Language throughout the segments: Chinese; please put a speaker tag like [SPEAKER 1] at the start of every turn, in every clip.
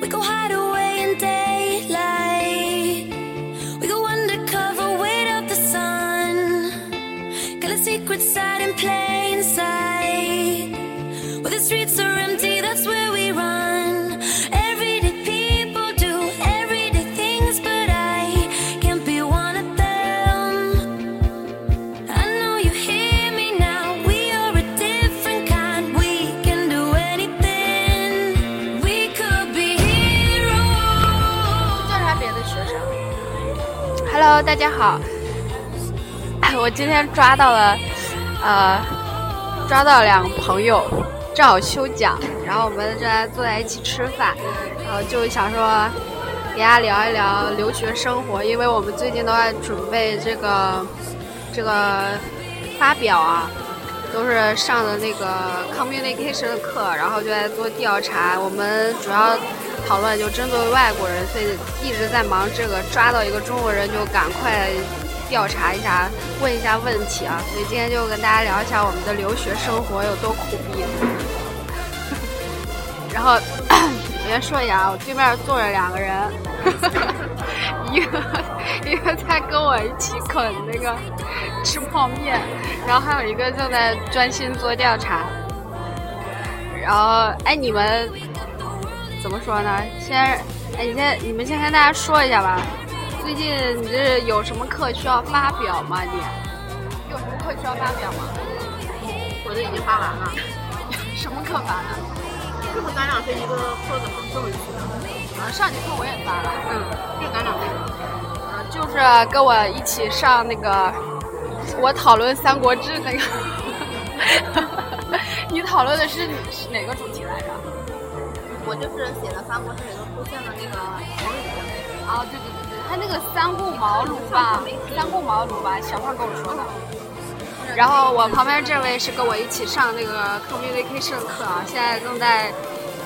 [SPEAKER 1] We go hide away in daylight. We go undercover, wait out the sun. Got a secret side in plain sight. When the streets are empty, that's where we run. Everyday people do everyday things, but I can't be one of them. I know you hear me now. We are a different kind. We can do anything. We could be heroes.
[SPEAKER 2] 叫啥别的学生？Hello，大家好， 我今天抓到了，呃，抓到两个朋友，正好休讲，然后我们正在坐在一起吃饭，然后就想说给大家聊一聊留学生活，因为我们最近都在准备这个这个发表啊，都是上的那个 communication 的课，然后就在做调查。我们主要讨论就针对外国人，所以一直在忙这个，抓到一个中国人就赶快调查一下，问一下问题啊。所以今天就跟大家聊一下我们的留学生活有多苦逼。然后 我先说一下啊，我对面坐着两个人， 一个一个在跟我一起啃那个吃泡面，然后还有一个正在专心做调查。然后，哎，你们怎么说呢？先，哎，你先，你们先跟大家说一下吧。最近你这有什么课需要发表吗？你有什么课需要发表吗？
[SPEAKER 3] 我的已经发完了，
[SPEAKER 2] 什么课发呢？
[SPEAKER 3] 这不咱俩是一个课的吗？这么一次，
[SPEAKER 2] 啊，上节课我也发了。
[SPEAKER 3] 嗯，这咱俩这个，
[SPEAKER 2] 啊，就是跟我一起上那个，我讨论《三国志》那个。 你讨论的是是哪个主题来着？
[SPEAKER 3] 我就是写了三国志里头出现的那个成语，
[SPEAKER 2] 啊，对对对对，他那个三顾茅庐吧，三顾茅庐吧，小胖跟我说的。然后我旁边这位是跟我一起上那个 communication 课啊，现在正在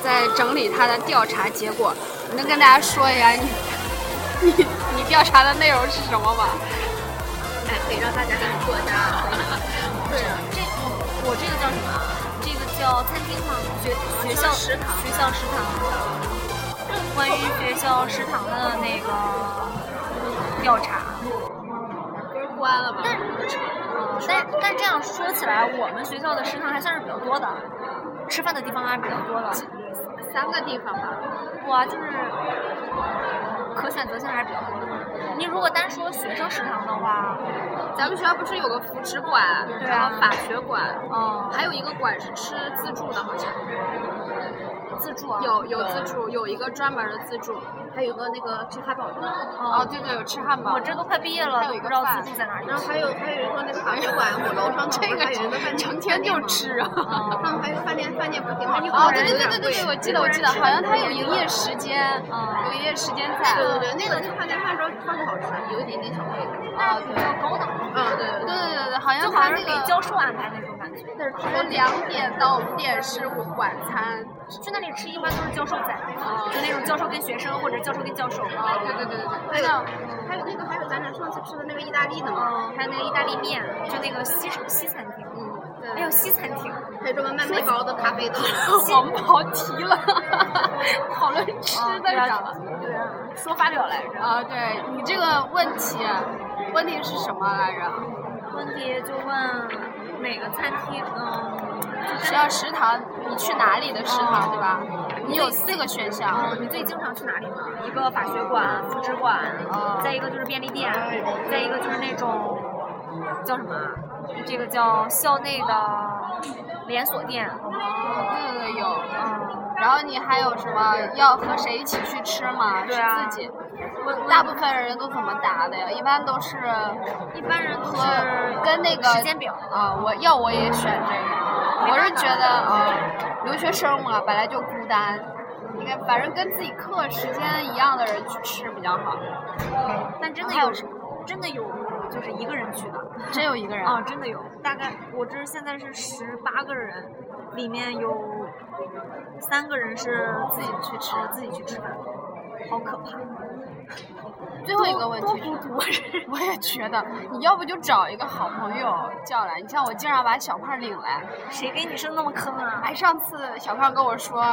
[SPEAKER 2] 在整理他的调查结果。你能跟大家说一下你 你你调查的内容是什么吗？
[SPEAKER 3] 哎，可以让大家给你做一下回答。对，这我这个叫什么啊？这个叫餐厅吗？
[SPEAKER 4] 学学校
[SPEAKER 3] 食堂
[SPEAKER 4] 学校食堂，关于学校食堂的那个调查。
[SPEAKER 3] 关了吧？
[SPEAKER 4] 但嗯但但这样说起来，我们学校的食堂还算是比较多的，吃饭的地方还是比较多的。
[SPEAKER 2] 三个地方吧。
[SPEAKER 4] 哇，就是可选择性还是比较多的。你如果单说学生食堂的话，
[SPEAKER 2] 咱们学校不是有个扶持馆，
[SPEAKER 4] 对啊
[SPEAKER 2] 然后法学馆，
[SPEAKER 4] 嗯，
[SPEAKER 2] 还有一个馆是吃自助的，好像
[SPEAKER 4] 自助啊，
[SPEAKER 2] 有有自助，有一个专门的自助。
[SPEAKER 3] 还有个那个吃汉堡的，
[SPEAKER 2] 哦，对对，有吃汉堡
[SPEAKER 4] 我。这都快毕业了，
[SPEAKER 2] 还有
[SPEAKER 4] 都
[SPEAKER 2] 一个
[SPEAKER 4] 不知道
[SPEAKER 2] 饭
[SPEAKER 4] 自助在哪里。
[SPEAKER 3] 然后还有还有一个那个法学馆，我楼上头
[SPEAKER 2] 这
[SPEAKER 3] 不是还有一个
[SPEAKER 2] 个
[SPEAKER 3] 饭店
[SPEAKER 2] 成天就。吃啊！
[SPEAKER 3] 他们还有个饭店，饭店不是挺好吃的？
[SPEAKER 2] 哦，对
[SPEAKER 3] 有
[SPEAKER 2] 对对
[SPEAKER 3] 点
[SPEAKER 2] 对对
[SPEAKER 3] 贵
[SPEAKER 2] 对，我记得我记得，好像它有营业时间，
[SPEAKER 4] 嗯
[SPEAKER 2] 有营业时间在。
[SPEAKER 3] 对对对，那个那个饭店饭烧饭不好吃，有一点点小贵。
[SPEAKER 4] 啊，比较高档，
[SPEAKER 3] 嗯，对
[SPEAKER 2] 对
[SPEAKER 3] 对对。
[SPEAKER 2] 对对对，好像
[SPEAKER 4] 就
[SPEAKER 2] 它
[SPEAKER 4] 好像
[SPEAKER 2] 那
[SPEAKER 4] 是给
[SPEAKER 2] 个
[SPEAKER 4] 教授安排那种感觉。
[SPEAKER 2] 是两点到五点是晚餐。
[SPEAKER 4] 去那里吃一般都是教授在，
[SPEAKER 2] 哦
[SPEAKER 4] 就那种教授跟学生或者教授跟教授。
[SPEAKER 2] 哦，对对对对对，
[SPEAKER 3] 还有还有那个还有咱俩哎上次吃的那个意大利的嘛，
[SPEAKER 4] 嗯，还有那个意大利面，就那个西西餐厅，
[SPEAKER 3] 对
[SPEAKER 4] 还有西餐厅，
[SPEAKER 3] 还有专门卖面包的、咖 啡的。
[SPEAKER 2] 我们跑题了， 讨论吃
[SPEAKER 4] 哦
[SPEAKER 2] 的
[SPEAKER 4] 对啊
[SPEAKER 2] 上了。
[SPEAKER 4] 对啊，说发表来着。
[SPEAKER 2] 啊，对你这个问题，问题是什么来着？
[SPEAKER 4] 问题就问哪个餐厅？嗯，
[SPEAKER 2] 学校食堂，你去哪里的食堂，
[SPEAKER 4] 哦
[SPEAKER 2] 对吧？你有四个选项，
[SPEAKER 4] 嗯，你最经常去哪里呢？一个法学馆、复职馆，呃
[SPEAKER 2] 哦
[SPEAKER 4] 再一个就是便利店，再一个就是那种叫什么啊？这个叫校内的连锁店。
[SPEAKER 2] 哦对对对，有。
[SPEAKER 4] 嗯，
[SPEAKER 2] 然后你还有什么要和谁一起去吃吗？
[SPEAKER 4] 对啊
[SPEAKER 2] 是自己。大部分人都怎么答的呀？一般都是
[SPEAKER 4] 一般人都
[SPEAKER 2] 和
[SPEAKER 4] 是
[SPEAKER 2] 跟那个
[SPEAKER 4] 时间表。
[SPEAKER 2] 啊、我要我也选这个。我是觉得啊、留学生嘛，本来就孤单，应该反正跟自己课时间一样的人去吃比较好。
[SPEAKER 4] 但真的
[SPEAKER 2] 还有
[SPEAKER 4] 有，真的有，就是一个人去的。
[SPEAKER 2] 真有一个人
[SPEAKER 4] 啊，真的有，大概我这现在是十八个人，里面有三个人是
[SPEAKER 2] 自己去吃
[SPEAKER 4] 哦自己去吃饭。好可怕。
[SPEAKER 2] 最后一个问
[SPEAKER 4] 多
[SPEAKER 2] 题
[SPEAKER 4] 孤独啊
[SPEAKER 2] 是，我也觉得，你要不就找一个好朋友叫来。你像我经常把小胖领来，
[SPEAKER 4] 谁给女生那么坑啊？
[SPEAKER 2] 哎，上次小胖跟我说，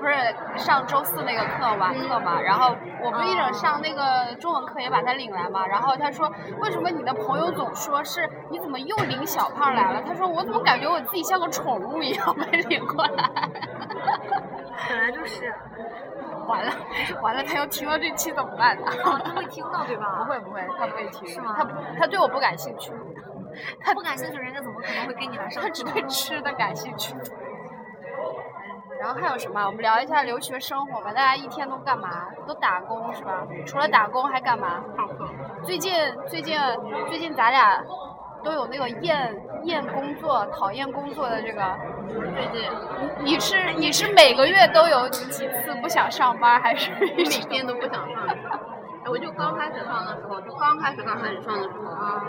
[SPEAKER 2] 不是上周四那个课晚课嘛，然后我不一整上那个中文课也把他领来嘛，然后他说为什么你的朋友总说是你怎么又领小胖来了？他说我怎么感觉我自己像个宠物一样被领过来？
[SPEAKER 4] 本来就是，
[SPEAKER 2] 完了，完了，他要听到这期怎么办呢？
[SPEAKER 4] 他会听到对
[SPEAKER 2] 不
[SPEAKER 4] 吧？
[SPEAKER 2] 会不会，他不会听，
[SPEAKER 4] 是吗
[SPEAKER 2] 他不他对我不感兴趣，
[SPEAKER 4] 他不感兴趣，人家怎么可能会跟你来上
[SPEAKER 2] 他
[SPEAKER 4] 课？
[SPEAKER 2] 只对吃的感兴趣。然后还有什么？我们聊一下留学生活吧。大家一天都干嘛？都打工是吧？除了打工还干嘛？最近最近最近咱俩都有那个厌厌工作、讨厌工作的这个。最近你你是你是每个月都有几次不想上班，还是 每天都不想上班？
[SPEAKER 5] 哎我就刚开始上的时候，就刚开始刚开始上的时 候啊，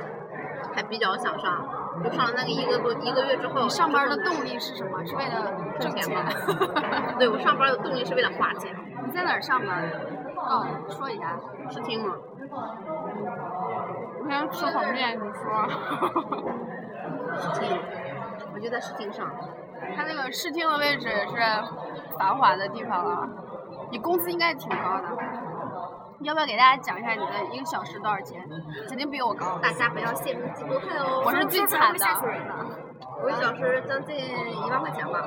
[SPEAKER 5] 还比较想上，就上了那个一个多一个月之后，
[SPEAKER 2] 上班的动力是什么？是为了挣
[SPEAKER 5] 挣钱
[SPEAKER 2] 钱
[SPEAKER 5] 吗？ 对我上班的动力是为了花钱，
[SPEAKER 2] 你在哪儿啊上班？告诉嗯我说一下。
[SPEAKER 5] 是听吗？
[SPEAKER 2] 我想吃红面，你说。
[SPEAKER 5] 听，我就在试听上，
[SPEAKER 2] 他那个试听的位置是繁华的地方啊，你工资应该挺高的。你要不要给大家讲一下你的一个小时多少钱？肯定比我高。
[SPEAKER 5] 大家不要陷入嫉妒恨 哦。
[SPEAKER 2] 我是最惨的，
[SPEAKER 5] 我一小时将近一万块钱吧，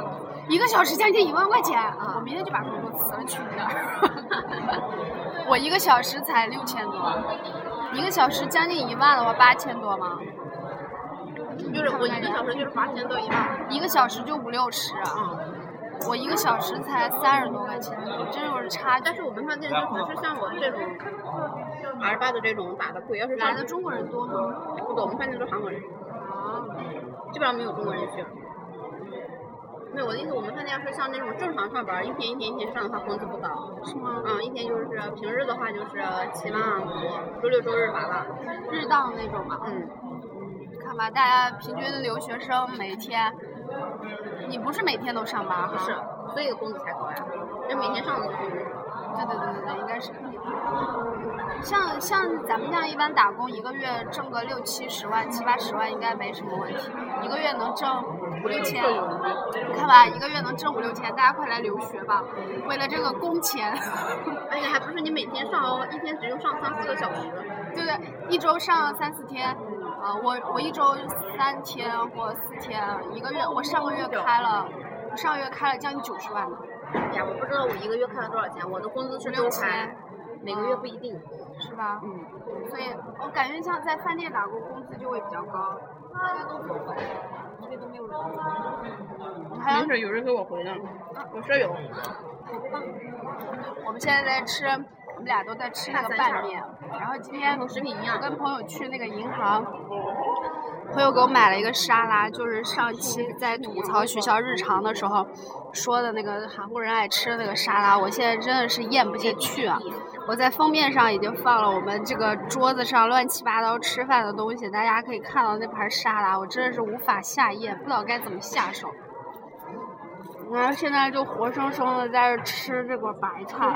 [SPEAKER 2] 一个小时将近一万块钱啊！我明天就把工作辞了，去你那儿。 我一个小时才六千多，一个小时将近一万的话，八千多吗？
[SPEAKER 5] 就是我一个小时就是八千到一万，
[SPEAKER 2] 一个小时就五六十啊。
[SPEAKER 5] 嗯，
[SPEAKER 2] 我一个小时才三十多块钱，真有差距
[SPEAKER 5] 但。是我们上健身房是像我这种。阿尔巴的这种打的贵，要是
[SPEAKER 2] 来
[SPEAKER 5] 上
[SPEAKER 2] 的中国人多吗？
[SPEAKER 5] 不多，我们饭店都是韩国人，
[SPEAKER 2] 哦
[SPEAKER 5] 基本上没有中国人去。没有，我的意思，我们饭店要是像那种正常上班，一天一天一天上的话，工资不高。
[SPEAKER 2] 是吗？
[SPEAKER 5] 嗯，一天就是平日的话就是七万五，周六周日八万。
[SPEAKER 2] 日当那种嘛。
[SPEAKER 5] 嗯，
[SPEAKER 2] 看吧，大家平均的留学生每天，嗯你不是每天都上班哈？
[SPEAKER 5] 不是，所以工资才高呀。那每天上的工资，
[SPEAKER 2] 对对对对对，应该是。嗯像像咱们这样一般打工，一个月挣个六七十万、七八十万应该没什么问题，一个月能挣五六千。你看吧，一个月能挣五六千，大家快来留学吧！为了这个工钱。
[SPEAKER 5] 而且还不是你每天上哦，一天只用上三四个小时。
[SPEAKER 2] 对对，一周上三四天，啊、我我一周三天或四天，一个月我上个月开了，我上个月开了将近九十万呢，
[SPEAKER 5] 哎呀，我不知道我一个月开了多少钱，我的工资是周开，每个月不一定。
[SPEAKER 2] 是吧？
[SPEAKER 5] 嗯，
[SPEAKER 2] 所以我感觉像在饭店打工，工资就会比较高。还有
[SPEAKER 5] 没，事，有人给我回呢，
[SPEAKER 2] 啊
[SPEAKER 5] 我舍友。
[SPEAKER 2] 我们现在在吃，我们俩都在吃那个拌面。然后今天食品营养，跟朋友去那个银行，朋友给我买了一个沙拉，就是上期在吐槽学校日常的时候说的那个韩国人爱吃的那个沙拉，我现在真的是咽不下去啊！我在封面上已经放了我们这个桌子上乱七八糟吃饭的东西，大家可以看到那盘沙拉，我真的是无法下咽，不知道该怎么下手。然后现在就活生生的在这吃这个白菜，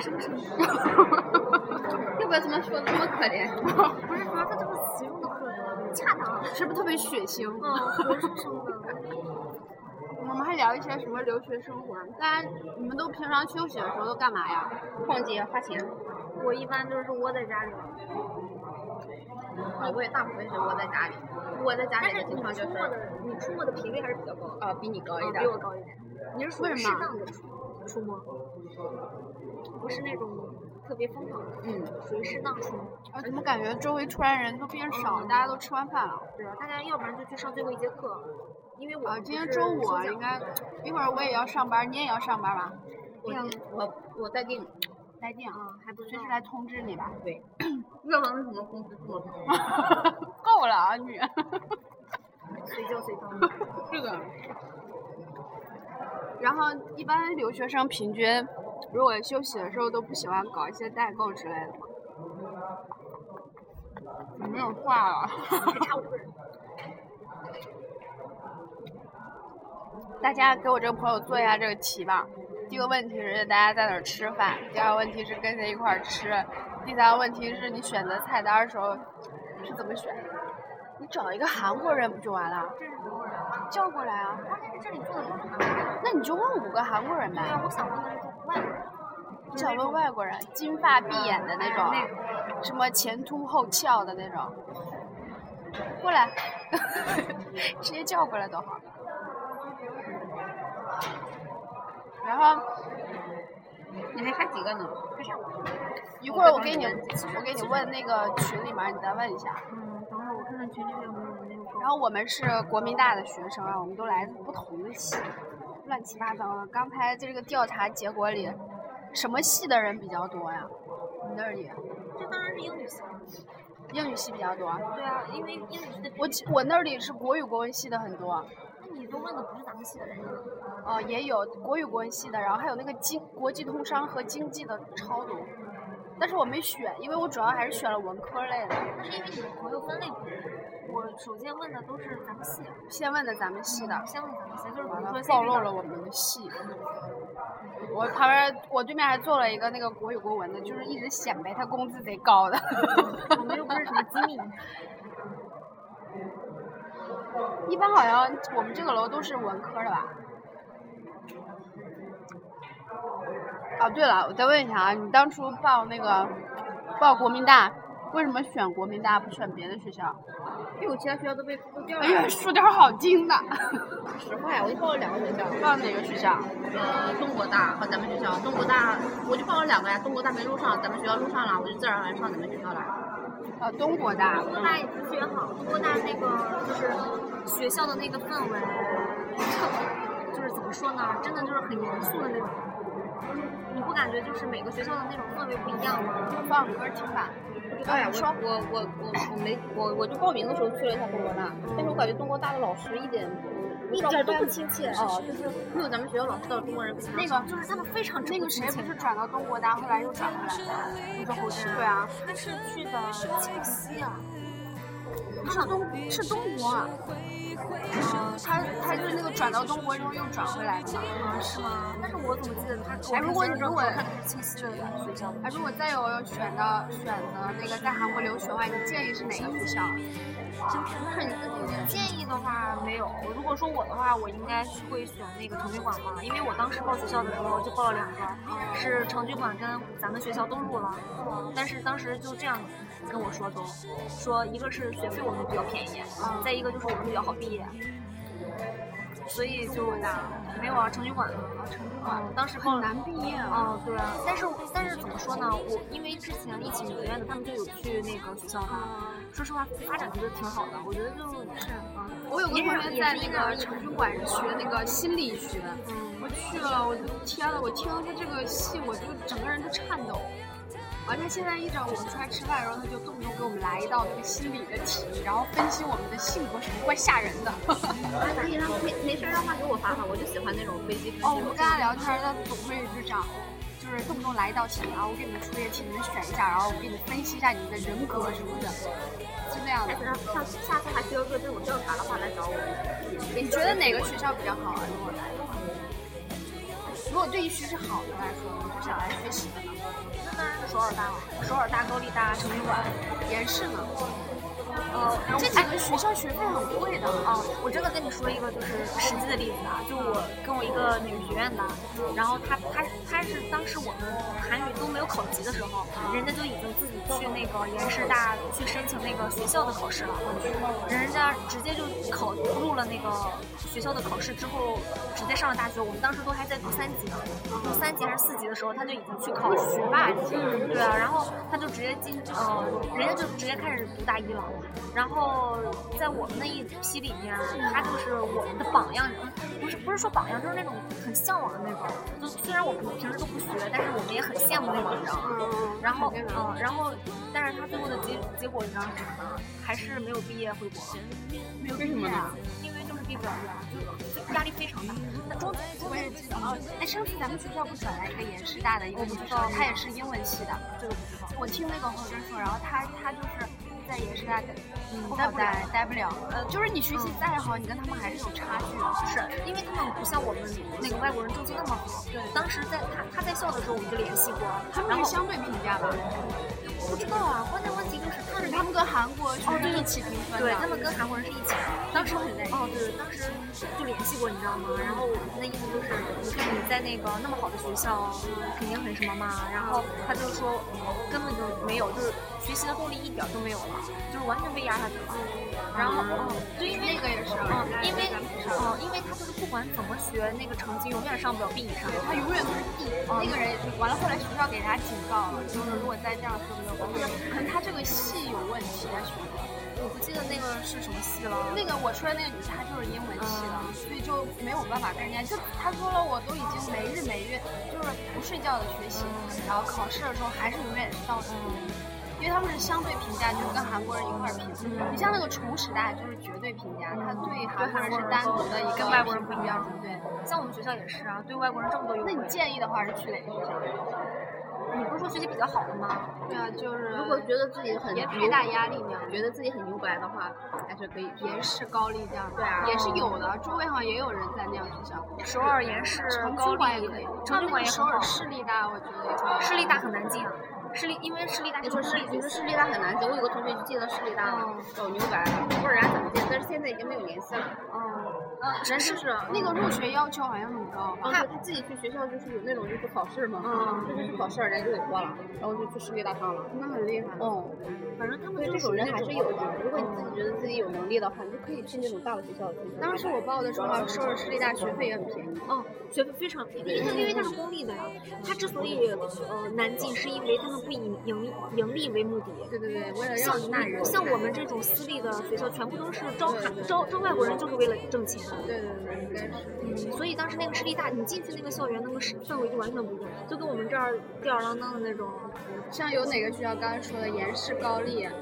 [SPEAKER 5] 要不要这么说这么可怜？
[SPEAKER 4] 不是，主要他这个形容的可恰当啊了。
[SPEAKER 2] 是不是特别血腥？
[SPEAKER 4] 嗯，活生生的。
[SPEAKER 2] 我们还聊一些什么留学生活？大家你们都平常休息的时候都干嘛呀？
[SPEAKER 5] 逛街花钱。
[SPEAKER 4] 我一般就是窝在家里，
[SPEAKER 5] 啊，我也大部分是窝在家里，窝在家
[SPEAKER 4] 但
[SPEAKER 5] 里
[SPEAKER 4] 是
[SPEAKER 5] 的
[SPEAKER 4] 你
[SPEAKER 5] 情况就
[SPEAKER 4] 出
[SPEAKER 5] 是，
[SPEAKER 2] 啊
[SPEAKER 4] 没的你出没的频率还是比较高的，
[SPEAKER 5] 啊，比你高一
[SPEAKER 4] 比
[SPEAKER 5] 点。
[SPEAKER 4] 我高一点。你是属于
[SPEAKER 2] 为
[SPEAKER 4] 适
[SPEAKER 2] 什么
[SPEAKER 4] 当的出出没，不是那种特别疯狂的，
[SPEAKER 5] 嗯，
[SPEAKER 4] 属于适当出没。
[SPEAKER 2] 我啊怎么感觉周围突然人都变少了，
[SPEAKER 4] 嗯
[SPEAKER 2] 大家都吃完饭了？
[SPEAKER 4] 对啊，大家要不然就去上最后一节课，因为我
[SPEAKER 2] 啊，
[SPEAKER 4] 不
[SPEAKER 2] 今天
[SPEAKER 4] 是
[SPEAKER 2] 周五啊
[SPEAKER 4] 休假
[SPEAKER 2] 应该一会儿我也要上班，你也要上班吧？
[SPEAKER 5] 我我我待定，
[SPEAKER 2] 来电啊，还不随时来通知你吧。
[SPEAKER 5] 要不然为什么工资这么高？
[SPEAKER 2] 够了啊你！
[SPEAKER 4] 随叫随 到。
[SPEAKER 5] 是的，
[SPEAKER 2] 然后一般留学生平均，如果休息的时候都不喜欢搞一些代购之类的吗？你没有话了。大家给我这个朋友做一下这个题吧。第一个问题是大家在哪儿吃饭，第二个问题是跟谁一块儿吃，第三个问题是你选择菜单儿的时候是怎么选？你找一个韩国人不就完了？
[SPEAKER 4] 这是什么人啊？
[SPEAKER 2] 叫过来啊，
[SPEAKER 4] 但是这里坐的都是韩国人。
[SPEAKER 2] 那你就问五个韩国人呗
[SPEAKER 4] 对。啊，我想问的是外国人。
[SPEAKER 2] 你想问外国人，金发碧眼的那种，
[SPEAKER 4] 哎
[SPEAKER 2] 什么前凸后翘的那种，过来， 直接叫过来多好。然后
[SPEAKER 5] 你还差几个呢？
[SPEAKER 2] 一会儿我给你，我给你问那个群里面，你再问一下。
[SPEAKER 4] 嗯，等会儿我看看群里面有没有那种。
[SPEAKER 2] 然后我们是国民大的学生啊，我们都来自不同的系，乱七八糟的。刚才这个调查结果里，什么系的人比较多呀？你那里
[SPEAKER 4] 这当然是英语系了。
[SPEAKER 2] 英语系比较多。
[SPEAKER 4] 对啊，因为英语系的比。
[SPEAKER 2] 我记我那里是国语国文系的很多，
[SPEAKER 4] 那你都问的不是咱们系的人呀？
[SPEAKER 2] 哦，也有国语国文系的，然后还有那个经国际通商和经济的超多，但是我没选，因为我主要还是选了文科类的。
[SPEAKER 4] 那是因为你的朋友分类不一样。我首先问的都是咱们系，
[SPEAKER 2] 先问的咱们系的，
[SPEAKER 4] 先问咱们系，就是比
[SPEAKER 2] 完
[SPEAKER 4] 如说
[SPEAKER 2] 了
[SPEAKER 4] 现
[SPEAKER 2] 暴
[SPEAKER 4] 在
[SPEAKER 2] 露了我们的系。我旁边，我对面还坐了一个那个国语国文的，就是一直显摆他工资贼高的。
[SPEAKER 4] 我们又不是什么机密。
[SPEAKER 2] 一般好像我们这个楼都是文科的吧？哦，对了，我再问一下啊，你当初报那个报国民大，为什么选国民大不选别的学校？
[SPEAKER 5] 因为我其他学校都被都掉了。
[SPEAKER 2] 哎呀，树雕好精的，
[SPEAKER 5] 实话呀，我就报了两个学校，
[SPEAKER 2] 报哪个学校？
[SPEAKER 5] 呃，中国大和咱们学校。中国大我就报了两个呀，中国大没录上，咱们学校录上了，我就自然而然上咱们学校了。
[SPEAKER 2] 哦，东国大。
[SPEAKER 4] 多大也不是学好，多大那个就是学校的那个氛围，就是怎么说呢，真的就是很严肃的那种。你不感觉就是每个学校的那种氛围不一样吗？
[SPEAKER 2] 放歌听吧。
[SPEAKER 5] 哎呀，我我我我我没我我就报名的时候去了一下中国大，但是我感觉中国大的老师一点
[SPEAKER 4] 一点都不亲切。
[SPEAKER 5] 哦，没有咱们学校老师的中国人
[SPEAKER 2] 那个
[SPEAKER 4] 就是他们非常
[SPEAKER 2] 那个谁不是转到东国大，后来又转回来的？那个胡适。对啊，
[SPEAKER 4] 他是去的清溪啊，不是东是东国啊，
[SPEAKER 2] 他他就是那个转到东国之后又转回来的嘛。
[SPEAKER 4] 啊是吗？但是我怎么记得他给我
[SPEAKER 2] 哎如果
[SPEAKER 4] 印象中
[SPEAKER 2] 如果
[SPEAKER 4] 他是清溪的学校？
[SPEAKER 2] 哎，如果再有选到选择那个在韩国留学的话，你建议是哪个学校？
[SPEAKER 4] 建议的话没有，如果说我的话，我应该会选那个城区馆吧，因为我当时报学校的时候就报了两个，是城区馆跟咱们学校都录了，但是当时就这样跟我说都，说一个是学费我们比较便宜，再一个就是我们比较好毕业，所以就没有啊，城区馆，城区馆当时报了
[SPEAKER 2] 难毕业啊！
[SPEAKER 4] 哦，对啊，但是但是怎么说呢？我因为之前一起学院的，他们就有去那个学校嘛。说实话，发展的就挺好的，我觉得就是啊，
[SPEAKER 2] 我有个同
[SPEAKER 4] 也是
[SPEAKER 2] 学
[SPEAKER 4] 也
[SPEAKER 2] 在
[SPEAKER 4] 是
[SPEAKER 2] 那
[SPEAKER 4] 因人而
[SPEAKER 2] 个
[SPEAKER 4] 异
[SPEAKER 2] 城市馆学那个心理学，
[SPEAKER 4] 嗯，
[SPEAKER 2] 我去了，我的天啊呐，我听了他这个戏，我就整个人就颤抖。完，他现在一整我们出来吃饭的时候，他就动不动给我们来一道那个心理的题，然后分析我们的性格什么怪吓人的。
[SPEAKER 5] 可以让哎没没事儿让他给我发发，我就喜欢那种飞机。
[SPEAKER 2] 哦，我们跟他聊天，他总会就这样，就是动不动来一道题，然后我给你们出一个题，你们选一下，然后我给你分析一下你们的人格什么的，就那样的
[SPEAKER 5] 下。次让下次下次还需要做这种调查的话来找我。
[SPEAKER 2] 你觉得哪个学校比较好啊？如果来的话，如果对于学习好的来说，我就想来学习的呢。
[SPEAKER 4] 那当然是首尔大了，首尔大、高丽大、成均馆，
[SPEAKER 2] 延世呢？
[SPEAKER 4] 呃，然后
[SPEAKER 2] 这几个学校学费很贵的。
[SPEAKER 4] 哦，我真的跟你说一个就是实际的例子啊，就我跟我一个女学院的，然后她她她是当时我们韩语都没有考级的时候，人家就已经自己去那个延世大去申请那个学校的考试了，人家直接就考录了那个学校的考试之后，直接上了大学。我们当时都还在读三级呢，读三级还是四级的时候，他就已经去考学霸级，
[SPEAKER 2] 嗯
[SPEAKER 4] 对啊，然后他就直接进呃，人家就直接开始读大一了。然后在我们那一批里面，他就是我们的榜样，嗯不是不是说榜样，就是那种很向往的那种。就虽然我们平时都不学，但是我们也很羡慕那种人。啊然后嗯，然后但是他最后的结结果你知道是什么吗？还是没有毕业回国，啊
[SPEAKER 2] 没有为什么呢？
[SPEAKER 4] 因为就是毕不了业，就是压力非常大。那中中
[SPEAKER 2] 我也记得啊。哎，上次咱们学校不转来一个延世大的一个女
[SPEAKER 4] 我不
[SPEAKER 2] 生
[SPEAKER 4] 知道，
[SPEAKER 2] 她也是英文系的。
[SPEAKER 4] 这个不知道。
[SPEAKER 2] 我听那个侯真说，然后她她就是
[SPEAKER 4] 在延师大待，
[SPEAKER 6] 嗯
[SPEAKER 4] 不
[SPEAKER 6] 待
[SPEAKER 4] 好
[SPEAKER 6] 不了
[SPEAKER 4] 待，
[SPEAKER 6] 待不了。
[SPEAKER 4] 呃，就是你学习再好，你跟他们还是有差距的，是因为他们不像我们那个外国人政策那么好。对，当时在他他在校的时候，我们就联系过，
[SPEAKER 2] 他
[SPEAKER 4] 然
[SPEAKER 2] 们
[SPEAKER 4] 后
[SPEAKER 2] 是相对评价吧？
[SPEAKER 4] 不知道啊，关键问题就是他们
[SPEAKER 2] 他们跟韩国是一起评分的。
[SPEAKER 4] 哦对他们跟韩国人是一起的，当时很累。哦，对，当时就联系过，你知道吗？然后我们的意思就是，你看你在那个那么好的学校，肯定很什么嘛。然后他就说，根本就没有，就是学习的动力一点儿都没有了，就是完全被压下去了。然后，嗯，就因
[SPEAKER 2] 哦
[SPEAKER 4] 为
[SPEAKER 2] 那个也是
[SPEAKER 4] 嗯，因为
[SPEAKER 2] 咱们是
[SPEAKER 4] 嗯，因为他就是不管怎么学，那个成绩永远上不了 B 以上。
[SPEAKER 2] 他永远都是 D，
[SPEAKER 4] 哦
[SPEAKER 2] 那个人完了，后来学校给他警告了，就是如果再这样说这个，就是可能他这个系有问题，他学的。
[SPEAKER 4] 我不记得那个是什么系了。
[SPEAKER 2] 那个我说的那个女的，她就是英文系的，所以就没有办法跟人家。就她说了，我都已经没日没夜，就是不睡觉的学习，然后考试的时候还是永远倒数第一。因为他们是相对评价，就是跟韩国人一块儿评。你像那个重时代就是绝对评价，他对韩国人是单独的一个
[SPEAKER 4] 跟外国人不
[SPEAKER 2] 评
[SPEAKER 4] 一样
[SPEAKER 2] 标准。对，
[SPEAKER 4] 像我们学校也是啊，对外国人这么多优
[SPEAKER 2] 那
[SPEAKER 4] 惠。
[SPEAKER 2] 你建议的话是去哪个学校？
[SPEAKER 4] 你不是说学习比较好的吗？
[SPEAKER 2] 对啊，就是
[SPEAKER 5] 如果觉得自己很
[SPEAKER 2] 别太
[SPEAKER 5] 牛
[SPEAKER 2] 大压力那样。
[SPEAKER 5] 觉得自己很牛掰的话，还是可以去。
[SPEAKER 2] 延世高丽这样的，
[SPEAKER 5] 对啊
[SPEAKER 2] 也是有的。周围好像也有人在那样学校，
[SPEAKER 4] 首尔延世
[SPEAKER 2] 城
[SPEAKER 4] 高
[SPEAKER 2] 区馆
[SPEAKER 4] 丽
[SPEAKER 2] 也可以，
[SPEAKER 4] 城区馆也
[SPEAKER 2] 首
[SPEAKER 4] 很好
[SPEAKER 2] 尔。市立大，我觉得也可以。
[SPEAKER 4] 市立大很难进啊，市立因为市立大是
[SPEAKER 5] 你说
[SPEAKER 4] 公
[SPEAKER 5] 市
[SPEAKER 4] 立
[SPEAKER 5] 你说市立大很难进，我有个同学就进了市立大
[SPEAKER 2] 嗯
[SPEAKER 5] 了，老牛掰了，不知道人家怎么进，但是现在已经没有联系了。
[SPEAKER 4] 嗯，人是
[SPEAKER 5] 是
[SPEAKER 2] 那个入学要求好像很高啊吧？
[SPEAKER 5] 他他自己去学校就是有那种就是考试嘛，
[SPEAKER 4] 嗯
[SPEAKER 5] 就是去考试人家就给过了，然后就去市立大上了。
[SPEAKER 2] 那很厉害。
[SPEAKER 5] 哦，
[SPEAKER 4] 反正他们
[SPEAKER 5] 对，
[SPEAKER 4] 就
[SPEAKER 5] 这
[SPEAKER 4] 是
[SPEAKER 5] 种
[SPEAKER 4] 属于
[SPEAKER 5] 人
[SPEAKER 4] 那
[SPEAKER 5] 还
[SPEAKER 4] 种
[SPEAKER 5] 是有的。如果你自己觉得自己有能力的话，你就可以去那种大的学校去。
[SPEAKER 2] 当时我报的时候，好像首尔市立大学费也很便宜。
[SPEAKER 4] 嗯，学费非常便宜，因为因为它是公立的呀。它之所以呃难进，是因为他们不以盈盈利为目的。
[SPEAKER 2] 对对对，为了
[SPEAKER 4] 像
[SPEAKER 2] 让纳人。
[SPEAKER 4] 像我们这种私立的学校，全部都是招
[SPEAKER 2] 对对
[SPEAKER 4] 招招外国人，就是为了挣钱。
[SPEAKER 2] 对对对，应该是。
[SPEAKER 4] 嗯，所以当时那个市立大，你进去那个校园，那个是氛围就完全不一样，就跟我们这儿吊儿郎当的那种。
[SPEAKER 2] 像有哪个学校刚才说的延世高丽、啊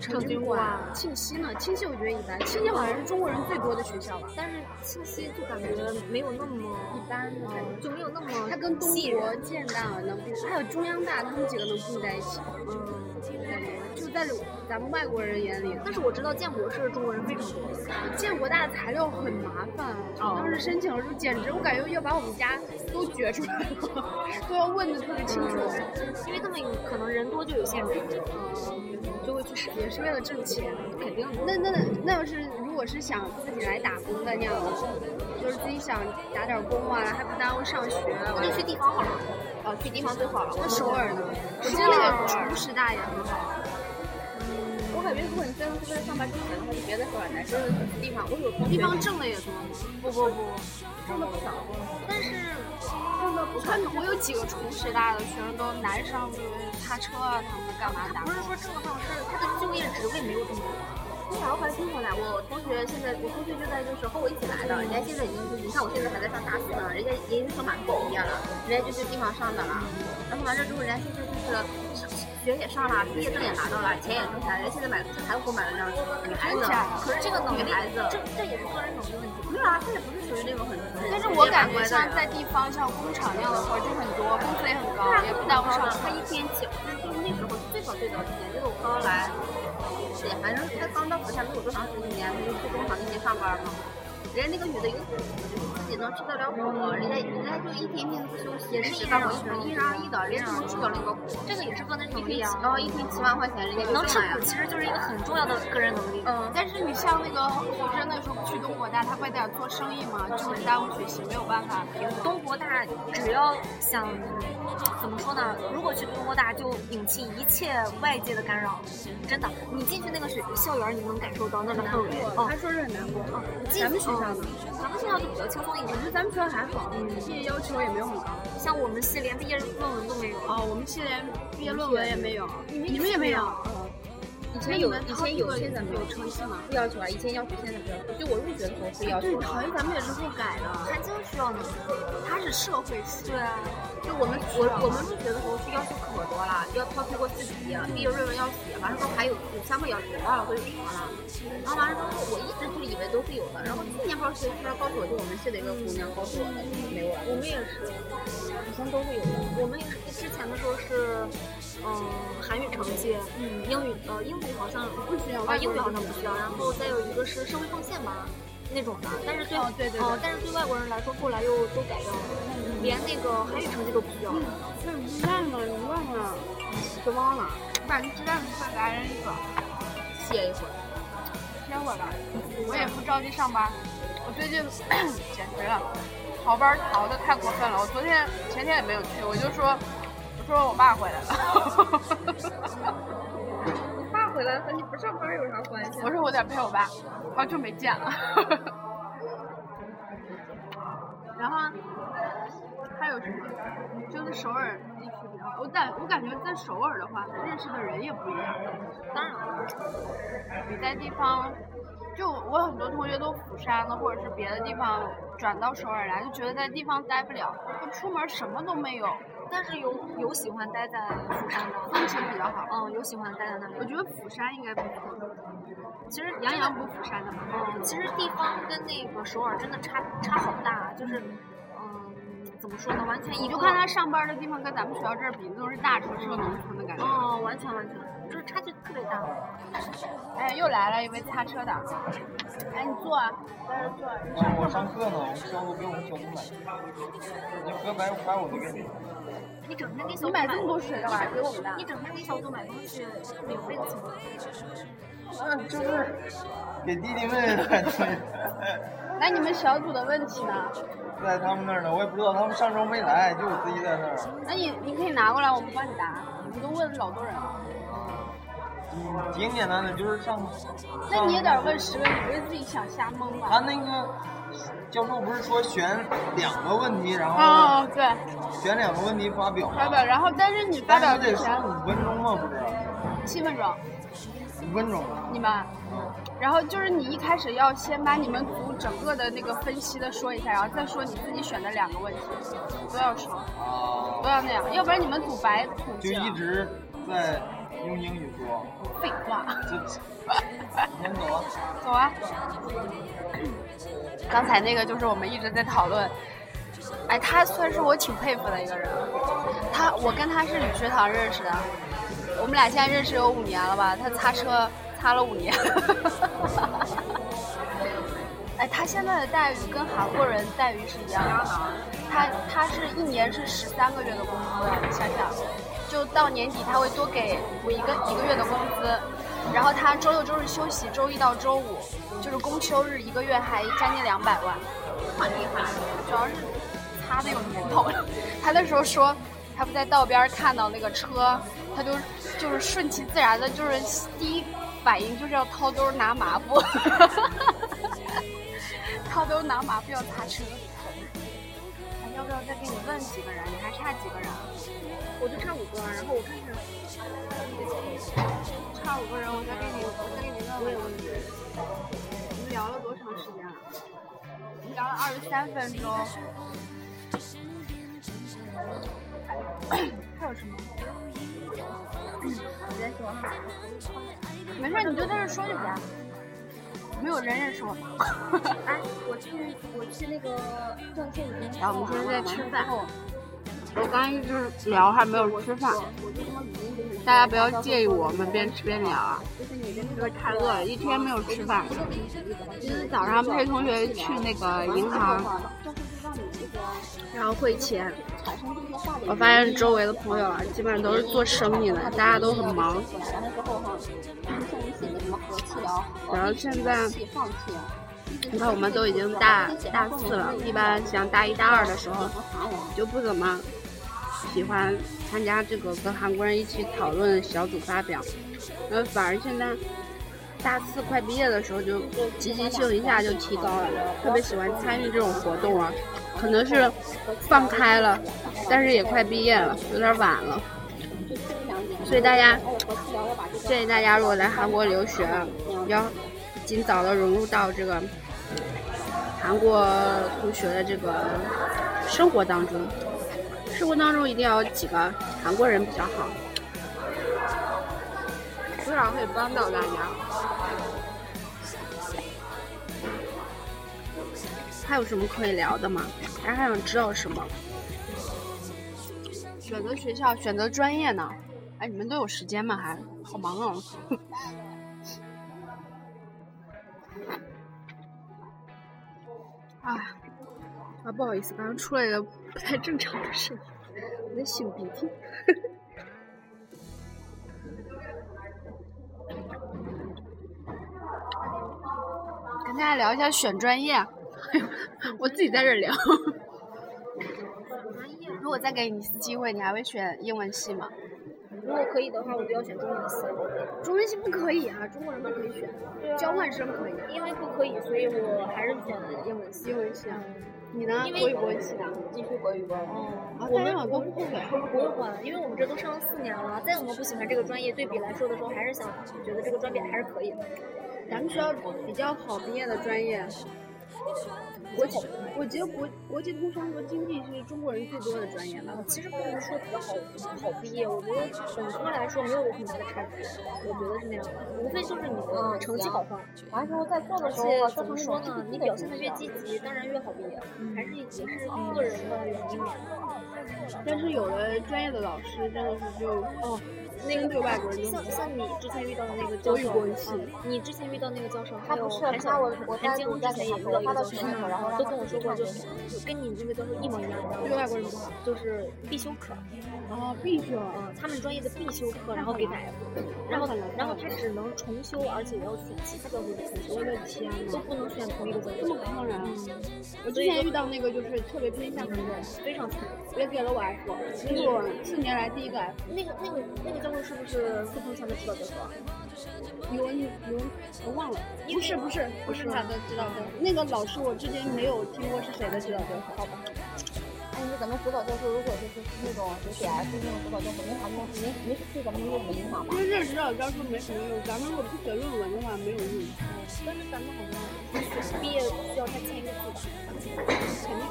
[SPEAKER 4] 成均
[SPEAKER 2] 均
[SPEAKER 4] 馆
[SPEAKER 2] 馆、啊庆熙呢？庆熙我觉得一般，庆熙好像是中国人最多的学校吧。
[SPEAKER 4] 但是信息就感觉没有那么，嗯
[SPEAKER 2] 一般的感觉。
[SPEAKER 4] 就没有那么
[SPEAKER 2] 哦它跟东
[SPEAKER 4] 吸引人
[SPEAKER 2] 国建大能并，还有中央大，他们几个能并在一起，
[SPEAKER 4] 嗯。
[SPEAKER 2] 感觉就在咱们外国人眼里，
[SPEAKER 4] 但是我知道建国是中国人非常多的，
[SPEAKER 2] 建国大的材料很麻烦，啊当
[SPEAKER 4] 哦
[SPEAKER 2] 时申请的时候简直我感觉要把我们家都掘出来了， 都要问的特别清楚，
[SPEAKER 4] 因为他们有可能人多就有限制，就会去审。
[SPEAKER 2] 也是为了挣钱。
[SPEAKER 4] 肯定的。
[SPEAKER 2] 那那那要是如果是想自己来打工的那样子，就是自己想打点工啊，还不耽误上学，
[SPEAKER 4] 那就去地方好了。
[SPEAKER 2] 啊去地方最好了。那首尔呢？我记得那个厨师大也很好。
[SPEAKER 5] 我感觉如果你在在上班之前的话，就别在首尔来，这是地方。我有同
[SPEAKER 2] 地
[SPEAKER 5] 学
[SPEAKER 2] 方挣的也多吗？
[SPEAKER 4] 不不不，
[SPEAKER 5] 挣的不少，
[SPEAKER 2] 但是挣的不算。我有几个厨师大的学生都男生，就是擦车啊，他们干嘛打
[SPEAKER 4] 不
[SPEAKER 2] 工
[SPEAKER 4] 是说这个好事，他的就业职位没有这么多。
[SPEAKER 5] 对啊，我感觉挺好的。我同学现在，我同学就在就是和我一起来的，人家现在已经就是，你看我现在还在上大四呢，人家已经上马上毕业了，人家就去地方上的了。然后完了之后，人家现在就是学也上了，毕业证也拿到了，钱也挣下来，人家现在买还给我买了辆车，女孩子，
[SPEAKER 4] 可是这个能
[SPEAKER 5] 女
[SPEAKER 4] 力
[SPEAKER 5] 孩子，，
[SPEAKER 4] 这这也是个人能力问题。
[SPEAKER 5] 没有啊，她也不是属于那种很，
[SPEAKER 2] 但是我感觉像在地方像工厂那样的活儿就很多，工资也很高，也不耽误上
[SPEAKER 5] 她
[SPEAKER 2] 学。
[SPEAKER 5] 一天起，就是就是那时候最早最早之前，就是我刚来，也反正才刚到职还没有多长时间，就去工厂那边上班嘛。人家那个女的有自己能吃得了苦，人家人家就一天天休息，人家我一人而异的，人家就能吃得了个苦，
[SPEAKER 4] 这个也是个人能力
[SPEAKER 5] 然
[SPEAKER 4] 啊。
[SPEAKER 2] 哦
[SPEAKER 5] 后一天七万块钱，人家就
[SPEAKER 4] 能吃
[SPEAKER 5] 挣了呀
[SPEAKER 4] 苦。其实就是一个很重要的个人能力。
[SPEAKER 5] 嗯，
[SPEAKER 2] 但是你像那个胡真那时候不去东国大，他不也在做生意嘛，就很耽误学习，没有办法平衡。
[SPEAKER 4] 东国大只要想怎么说呢？如果去东国大，就摒弃一切外界的干扰。真的，你进去那个学校园，你能感受到那个氛围。哦，
[SPEAKER 2] 说是很难过，
[SPEAKER 4] 咱们学
[SPEAKER 2] 哦
[SPEAKER 4] 校呢？咱们学校就比较轻松一点。我觉得咱们学校还好，
[SPEAKER 2] 嗯毕业要求也没有很高。
[SPEAKER 4] 像我们系连毕业论文都没有。
[SPEAKER 2] 哦，我们系连毕业论文也没有，你们也没有。哦
[SPEAKER 5] 以
[SPEAKER 2] 那
[SPEAKER 5] 前
[SPEAKER 2] 你
[SPEAKER 5] 有
[SPEAKER 2] 们
[SPEAKER 5] 以
[SPEAKER 2] 掏
[SPEAKER 5] 前有，
[SPEAKER 2] 这个
[SPEAKER 5] 现在没有
[SPEAKER 2] 有。成绩吗？哎
[SPEAKER 5] 不要求啊，以前要求，现在不要求。就我入学的时候是要
[SPEAKER 2] 啊对
[SPEAKER 5] 求，的。
[SPEAKER 2] 好像咱们也是后改的，
[SPEAKER 4] 韩经需要你。
[SPEAKER 2] 它是社会系。
[SPEAKER 4] 对啊，
[SPEAKER 5] 就我们我我们入学的时候是要求可多了，要要通过自己毕业论文要写，完了之后还有有三个要求，忘了都有什么了。然后完了之后，我一直就以为都是有的，然后去年不知道谁突然告诉我，就我们系的一个姑娘告诉我的，没有啊，
[SPEAKER 4] 我们也是，以前都会有的。我们也是之前的时候是，嗯、韩语成绩，嗯，英语呃英国语好像
[SPEAKER 7] 不需要
[SPEAKER 4] 啊，英语好像不需要，然后再有一个是社会奉献吧，那种的。但是对
[SPEAKER 2] 哦对对对
[SPEAKER 4] 哦，但是对外嗯国人来说，后来又都改掉了，连那个韩语成绩都不需要了。
[SPEAKER 7] 那你忘了，你忘了，给忘了，
[SPEAKER 2] 我把鸡蛋发给人一个，
[SPEAKER 7] 歇一会儿。
[SPEAKER 2] 歇会儿吧。我也不着急上班，我最近 减肥了，逃班逃的太过分了。我昨天前天也没有去，我就说我说我爸回 来了，
[SPEAKER 7] 爸回来和你不上班有啥关系？啊
[SPEAKER 2] 我说我得陪我爸，好久没见了。 然后还有什么？就是首尔地区比较，我感我感觉在首尔的话，认识的人也不一样。
[SPEAKER 4] 当然了，
[SPEAKER 2] 你在地方，就我很多同学都釜山的或者是别的地方转到首尔来，就觉得在地方待不了，就出门什么都没有，
[SPEAKER 4] 但是有有喜欢待在釜山的，
[SPEAKER 2] 风情比较好。
[SPEAKER 4] 嗯，有喜欢待在那里
[SPEAKER 2] 我。觉得釜山应该不错，
[SPEAKER 4] 其实
[SPEAKER 2] 杨
[SPEAKER 4] 杨
[SPEAKER 2] 洋
[SPEAKER 4] 洋
[SPEAKER 2] 不是釜山的吗？
[SPEAKER 4] 嗯，其实地方跟那个首尔真的差差好大，啊就是，嗯，怎么说呢，完全一
[SPEAKER 2] 你就
[SPEAKER 4] 个
[SPEAKER 2] 看他上班的地方跟咱们学校这儿比，那都是大城市和农村的感觉。
[SPEAKER 4] 哦，完全完全，就是差距特别大。
[SPEAKER 2] 哎，又来了一位擦车的，哎，你坐啊。
[SPEAKER 8] 啊，我上课呢，我小五给我们小五买，你合百五百我就给你。
[SPEAKER 4] 你整天给
[SPEAKER 2] 你
[SPEAKER 4] 小组
[SPEAKER 2] 买这么多水干嘛？给我们的。
[SPEAKER 4] 你整天给小组买东西，领费的情况。
[SPEAKER 8] 嗯，就是给弟弟们买东西，
[SPEAKER 2] 那哎你们小组的问题呢？
[SPEAKER 8] 在他们那儿呢，我也不知道，他们上周没来，就我自己在那儿。
[SPEAKER 2] 那哎你你可以拿过来，我们帮你答。你都问老多人了，
[SPEAKER 8] 嗯，挺简单的，就是上。呃
[SPEAKER 2] 那你也得问十个，你不是自己想瞎蒙吧？
[SPEAKER 8] 他那个教授不是说选两个问题，然后
[SPEAKER 2] 哦，对，
[SPEAKER 8] 选两个问题发表
[SPEAKER 2] 发
[SPEAKER 8] 吗？
[SPEAKER 2] 表，然后但是你发
[SPEAKER 8] 但
[SPEAKER 2] 表
[SPEAKER 8] 是
[SPEAKER 2] 之
[SPEAKER 8] 得说
[SPEAKER 2] 前
[SPEAKER 8] 五分钟吗？不是，
[SPEAKER 2] 七分钟，
[SPEAKER 8] 五分钟。
[SPEAKER 2] 你们，然后就是你一开始要先把你们组整个的那个分析的说一下，然后再说你自己选的两个问题，都要说，
[SPEAKER 8] 啊
[SPEAKER 2] 都，要那样，要不然你们组白组
[SPEAKER 8] 就一直在用英语说，
[SPEAKER 2] 废话。
[SPEAKER 8] 这 你先走啊。
[SPEAKER 2] 走啊！ 刚才那个就是我们一直在讨论，哎，他算是我挺佩服的一个人了。他，我跟他是旅学堂认识的，我们俩现在认识有五年了吧？他擦车擦了五年。哎，他现在的待遇跟韩国人待遇是一样的。他他是一年是十三个月的工资，你想想，就到年底他会多给我一个一个月的工资，然后他周六周日休息，周一到周五就是公休日，一个月还将近两百万，很厉害。主要是他的有年头了，他那时候说。他不在道边儿看到那个车，他就就是顺其自然的，就是第一反应就是要掏兜儿拿抹布，掏兜儿拿抹布要擦车。哎要不要再给你问几个人？你还差几个人？啊
[SPEAKER 7] 我就差五个，啊然后我看看，
[SPEAKER 2] 差五个人，我再给你，我再给你问问问题。我们聊了多长时间了？我们聊了二十三分钟。 还有什么？嗯
[SPEAKER 7] 你再说。
[SPEAKER 2] 没事，你就在这说就行。没有人认识我们。
[SPEAKER 7] 哎，我去，我去那个重庆。
[SPEAKER 5] 然后我们现在在吃饭，
[SPEAKER 7] 我刚一直
[SPEAKER 5] 聊还没有吃饭，大家不要介意我们边吃边聊啊。这个太饿了，一天没有吃饭。今天早上陪同学去那个银行，然后汇钱。我发现周围的朋友啊，基本上都是做生意的，大家都很忙。然后现在，你看我们都已经大大四了，一般像大一大二的时候，就不怎么喜欢参加这个跟韩国人一起讨论小组发表，呃，反而现在大四快毕业的时候就积极性一下就提高了，特别喜欢参与这种活动啊，可能是放开了，但是也快毕业了，有点晚了，所以大家建议大家如果来韩国留学，啊，要尽早的融入到这个韩国同学的这个生活当中。生活当中一定要有几个韩国人比较好。多少会帮到大家。还有什么可以聊的吗？大家还想知道什么？
[SPEAKER 2] 选择学校、选择专业呢？哎，你们都有时间吗？还好忙哦。 啊啊！不好意思，刚刚出了一个不太正常的事情，我在擤鼻涕。跟大家聊一下选专业， 我自己在这儿聊。如果再给你一次机会，你还会选英文系吗？
[SPEAKER 4] 如果可以的话，我就要选中文系，
[SPEAKER 9] 中文系不可以啊，中国人不可以选，交换生可以。
[SPEAKER 4] 因为不可以，所以我还是选英文系。
[SPEAKER 2] 英文系啊？你呢？
[SPEAKER 4] 因为
[SPEAKER 2] 国语国文系的？
[SPEAKER 4] 继续国语国文。
[SPEAKER 2] 啊，
[SPEAKER 4] 我
[SPEAKER 2] 但
[SPEAKER 4] 们
[SPEAKER 2] 是好多不会。啊
[SPEAKER 4] 不会换，因为我们这都上了四年了，再怎么不喜欢这个专业，对比来说的时候，还是想觉得这个专业还是可以的。
[SPEAKER 2] 咱们学校比较好毕业的专业，国际，我觉得国国际工商和经济是中国人最多的专业吧。
[SPEAKER 4] 其实不能说比较好好毕业，我觉得本科来说没有很大的差别，我觉得是那样的，无非就是你的嗯成绩好坏。完之后在做的时候，怎么说呢？你表现的越积极，当然越好毕业，
[SPEAKER 2] 嗯
[SPEAKER 4] 还是也是个人的原因。
[SPEAKER 2] 但是有的专业的老师真的是就哦，
[SPEAKER 4] 那个
[SPEAKER 2] 针对外国人都
[SPEAKER 4] 像像你之前遇到的那个教
[SPEAKER 2] 国语
[SPEAKER 4] 授，啊
[SPEAKER 2] 国文系。
[SPEAKER 4] 你之前遇到那个教授，
[SPEAKER 3] 他
[SPEAKER 4] 还有
[SPEAKER 3] 不是
[SPEAKER 4] 韩
[SPEAKER 3] 他
[SPEAKER 4] 小
[SPEAKER 3] 我我
[SPEAKER 4] 韩
[SPEAKER 3] 单
[SPEAKER 4] 晶
[SPEAKER 3] 独
[SPEAKER 4] 之
[SPEAKER 3] 在
[SPEAKER 4] 前
[SPEAKER 3] 给
[SPEAKER 4] 也
[SPEAKER 3] 他
[SPEAKER 4] 遇
[SPEAKER 3] 发
[SPEAKER 4] 到一个教
[SPEAKER 3] 到群
[SPEAKER 4] 授
[SPEAKER 3] 里头，然后让
[SPEAKER 4] 都
[SPEAKER 3] 他
[SPEAKER 4] 跟我
[SPEAKER 3] 去
[SPEAKER 4] 说过，
[SPEAKER 3] 看
[SPEAKER 4] 就
[SPEAKER 3] 就是
[SPEAKER 4] 跟你那个教授一模一样，
[SPEAKER 2] 对外国人不好
[SPEAKER 4] 就是必修课，
[SPEAKER 2] 哦，必须啊。
[SPEAKER 4] 嗯，他们专业的必修课，然后给改了，然后然后他只能重修，而且要选其他教授的重修，我的天都不能选同一个教
[SPEAKER 2] 这么
[SPEAKER 4] 授，
[SPEAKER 2] 坑人啊！我之前遇到那个就是特别偏向的人，
[SPEAKER 4] 非常惨。
[SPEAKER 2] 也给了我 F，这是我四年来第一个 F。
[SPEAKER 4] 那个那个那个教授是不是四通强的指导教授啊？
[SPEAKER 2] 语文语文我忘了，不是不是不是他的指导教授，那个老师我至今没有听过是谁的指导教授，好吧？
[SPEAKER 3] 哎，你咱们辅导教授如果就是那种就是 S 那种辅导教授，没啥用，没没对咱们有什么影响吧？
[SPEAKER 2] 因为这指导教授没什么用，咱们如果不写论文的话没有用。
[SPEAKER 4] 毕业需要他签一个字吧？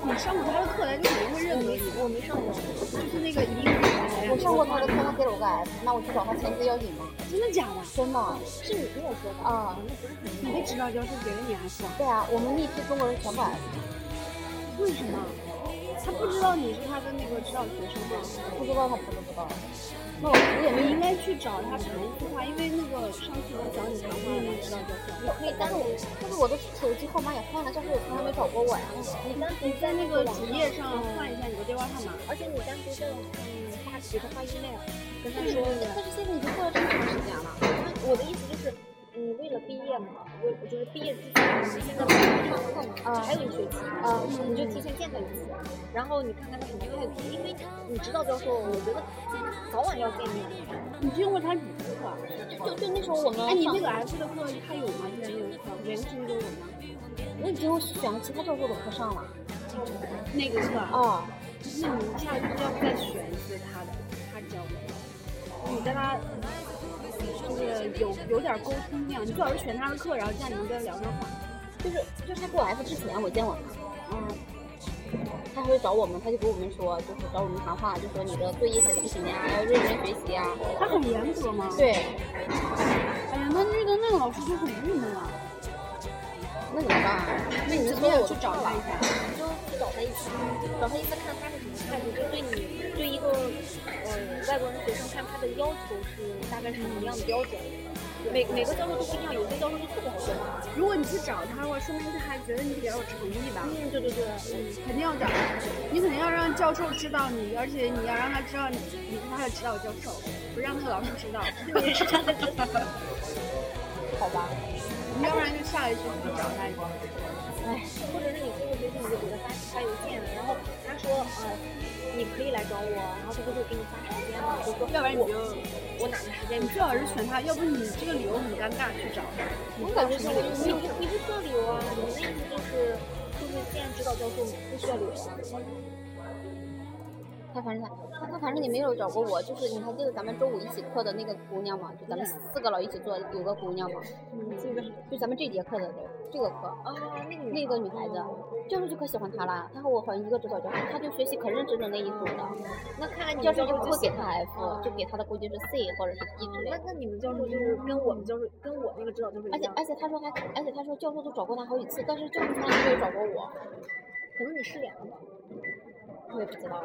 [SPEAKER 2] 你上过他的课，他就肯定会认得你。
[SPEAKER 4] 我没上过，
[SPEAKER 2] 就是那个一个人，
[SPEAKER 3] 我上过他的课，他给了我个 S，那我去找他签字要紧吗？
[SPEAKER 2] 真的假的？
[SPEAKER 3] 真的
[SPEAKER 4] 是你跟我说的。
[SPEAKER 3] 啊、
[SPEAKER 2] 你的指导教授给了你 F，啊
[SPEAKER 3] 对啊，我们那批中国人全部 S，
[SPEAKER 2] 为什么？他不知道你是他的那个指导学生吗？
[SPEAKER 3] 不知道他不知道。
[SPEAKER 2] 那我也没应该去找他谈一次话，因为那个上次我找你谈话的那个指导教授，
[SPEAKER 3] 可以，但是我但是我的手机号码也换了，但是我从来没找过我呀。
[SPEAKER 4] 你单独
[SPEAKER 2] 你在那个主页上换一下你的电话号码。
[SPEAKER 4] 而且你单独在嗯发给他发 email，跟他
[SPEAKER 3] 但是
[SPEAKER 4] 说
[SPEAKER 3] 你但是现在已经过了这么长时间了，
[SPEAKER 4] 我的意思就是，你为了毕业嘛，为就是毕业之前，你现在不是上课嘛，还有一学期，你就提前见他一次，然后你看看他什么态度，因为你指导教授，我觉得早晚要见面。
[SPEAKER 2] 你见过他几次课？
[SPEAKER 3] 啊
[SPEAKER 4] 就就那时候我们
[SPEAKER 2] 哎，你那
[SPEAKER 4] 上
[SPEAKER 2] 个 F 的课他有吗？之前那个课，连听都有吗？
[SPEAKER 3] 我已经选了其他教授的课上了。
[SPEAKER 2] 那个课，
[SPEAKER 3] 啊、
[SPEAKER 2] 那你下次要不再选一次他的，他教的。你跟他就是有有点沟通量，你最好是选他的课，然后这样你们跟他聊上话。
[SPEAKER 3] 就是就是他给我 F 之前，我见我他，
[SPEAKER 2] 嗯，
[SPEAKER 3] 他还会找我们，他就给我们说，就是找我们谈话，就说你的作业写的不行呀，要认真学习呀。
[SPEAKER 2] 他很严格吗？
[SPEAKER 3] 对，
[SPEAKER 2] 哎呀，那遇到那个老师就很郁闷啊。
[SPEAKER 3] 那怎么办啊？
[SPEAKER 2] 那你就
[SPEAKER 3] 没有
[SPEAKER 2] 去找他一下。
[SPEAKER 4] 你就去找他一次，找他一次看他是什么态度，就对你对一个呃外国人学生看他的要求是大概是什么样的标准。每每个教授都不一样，有些教授就特别好说话。
[SPEAKER 2] 嗯如果你去找他的话，说明他还觉得你比较有诚意吧？
[SPEAKER 4] 嗯，对对对，嗯。
[SPEAKER 2] 肯定要找他，你肯定要让教授知道你，而且你要让他知道你你是他的指导教授，不让那个老师知道。
[SPEAKER 3] 好吧，
[SPEAKER 2] 你要不然就下一次去找他一下。
[SPEAKER 4] 或者是你这个学期你就给他发发邮件，然后他说呃你可以来找我，然后他就会给你发时间了，就说
[SPEAKER 2] 要不然你
[SPEAKER 4] 我
[SPEAKER 2] 就
[SPEAKER 4] 我哪个时间
[SPEAKER 2] 你最好是选他，要不你这个理由很尴尬去找他。
[SPEAKER 3] 我感觉
[SPEAKER 4] 你
[SPEAKER 3] 是我
[SPEAKER 4] 你你不需要理由啊，你的意思就是就是见指导教授不需要理由啊，
[SPEAKER 3] 他反正他他反正你没有找过我，就是你还记得咱们周五一起课的那个姑娘吗？就咱们四个老一起做有个姑娘吗？
[SPEAKER 4] 这个
[SPEAKER 3] 就咱们这节课的这个课，
[SPEAKER 4] 啊那个
[SPEAKER 3] 那个女孩子，就是就可喜欢她啦。她和我好像一个指导教授，她就学习可认真的那一组的。
[SPEAKER 4] 嗯那看来你
[SPEAKER 3] 教
[SPEAKER 4] 们
[SPEAKER 3] 授
[SPEAKER 4] 教
[SPEAKER 3] 就
[SPEAKER 4] 授
[SPEAKER 3] 不会给她 F，就给她的估计是 C 或者是 D 之类
[SPEAKER 4] 那
[SPEAKER 3] 的。
[SPEAKER 4] 那你们教授就是跟我们教授跟我那个指导教授
[SPEAKER 3] 而
[SPEAKER 4] 一
[SPEAKER 3] 且
[SPEAKER 4] 样，
[SPEAKER 3] 而且她说她，而且她说教授都找过她好几次，但是教授从来没有找过我，
[SPEAKER 4] 可能你失联了吧？
[SPEAKER 3] 我也不知道。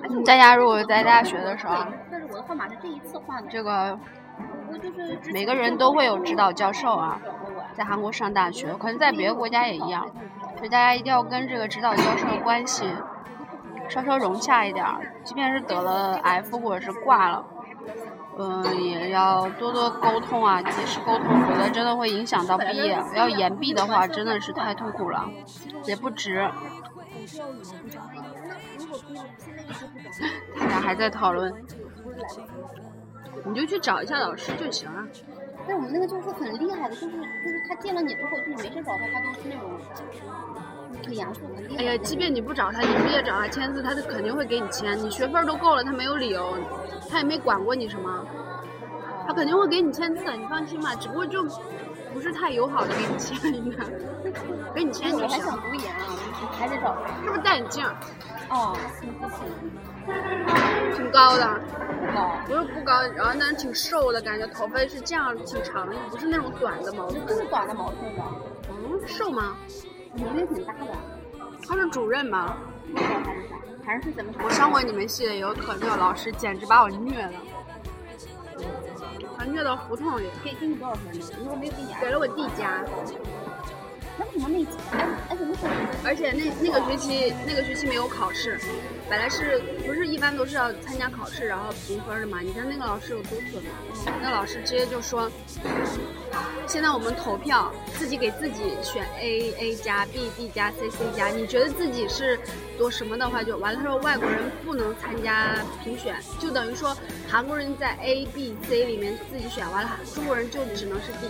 [SPEAKER 3] 而且我
[SPEAKER 2] 大家如果在大学的时候，
[SPEAKER 3] 对但是我的号码是这一次换的，
[SPEAKER 2] 这个
[SPEAKER 3] 我就是之前
[SPEAKER 2] 每个人都会有指导教授啊，
[SPEAKER 3] 就我
[SPEAKER 2] 在韩国上大学，可能在别的国家也一样，所以大家一定要跟这个指导教授的关系稍稍融洽一点儿，即便是得了 F 或者是挂了。嗯，也要多多沟通啊，及时沟通，否则真的会影响到毕业。要延毕的话，真的是太痛苦了，也不值。大家还在讨论，你就去找一下老师就行啊了。
[SPEAKER 3] 但哎我们那个教授很厉害的，就是就是他见了你之后，就是没事找他，他都是那种很严肃、很
[SPEAKER 2] 哎
[SPEAKER 3] 厉害的那种。
[SPEAKER 2] 呀，即便你不找他，你毕业找他签字，他就肯定会给你签。你学分儿都够了，他没有理由，他也没管过你什么，他肯定会给你签字的，你放心吧。只不过就不是太友好的给你签一个， 给你签
[SPEAKER 3] 哎
[SPEAKER 2] 就
[SPEAKER 3] 我还
[SPEAKER 2] 行。
[SPEAKER 3] 想读研啊，我还得找他。
[SPEAKER 2] 是不是戴眼镜儿？
[SPEAKER 3] 哦，挺不行，哦
[SPEAKER 2] 挺高的，
[SPEAKER 3] 不高。
[SPEAKER 2] 不是不高，然后但是挺瘦的感觉，头发是这样挺长的，不是那种短的毛
[SPEAKER 3] 就
[SPEAKER 2] 寸。
[SPEAKER 3] 是短的毛寸的，
[SPEAKER 2] 嗯，瘦吗？
[SPEAKER 3] 年龄挺大的，
[SPEAKER 2] 他是主任吗？
[SPEAKER 3] 那个还是啥，还是咱们啥
[SPEAKER 2] 我上过你们系的有可乐老师，简直把我虐了，把虐到胡同里，
[SPEAKER 3] 给给你多少分呢？如果没有给你，
[SPEAKER 2] 给了我弟加。
[SPEAKER 3] 那为什么那几哎哎怎么说？
[SPEAKER 2] 而且那那个学期那个学期没有考试，本来是不是一般都是要参加考试然后评分的嘛？你看那个老师有多损嘛？那老师直接就说，现在我们投票，自己给自己选 A A 加 B B 加 C C 加，你觉得自己是多什么的话就完了。他说外国人不能参加评选，就等于说韩国人在 A B C 里面自己选完了，中国人就只能是 D。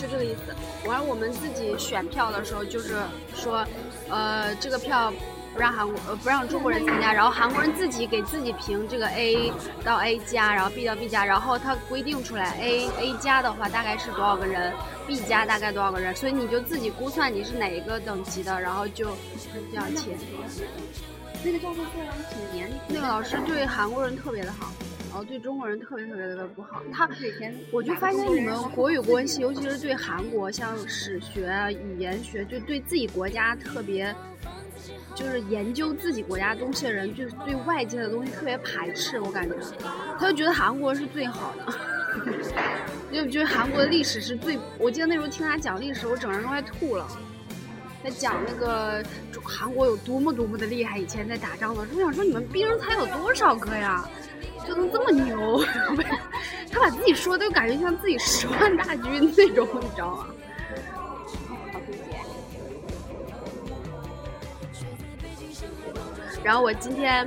[SPEAKER 2] 就这个意思。完了，我们自己选票的时候，就是说，呃，这个票不让韩国呃不让中国人参加，然后韩国人自己给自己评这个 A 到 A 加，然后 B 到 B 加，然后他规定出来 A A 加的话大概是多少个人，B 加大概多少个人，所以你就自己估算你是哪一个等级的，然后就这样填。
[SPEAKER 3] 那个教授虽然挺严，
[SPEAKER 2] 那个老师对韩国人特别的好，然后哦对中国人特别特别的不好。他
[SPEAKER 3] 就是以前
[SPEAKER 2] 我就发现你们国语、国文系，尤其是对韩国像史学啊、语言学，就对自己国家特别，就是研究自己国家东西的人，就是对外界的东西特别排斥。我感觉，他就觉得韩国是最好的， 就觉得韩国的历史是最……我记得那时候听他讲历史，我整个人都快吐了。在讲那个中韩国有多么多么的厉害，以前在打仗的时候，我想说你们兵才有多少个呀？就能这么牛？ 他把自己说的就感觉像自己十万大军那种，你知道吗？然后我今天，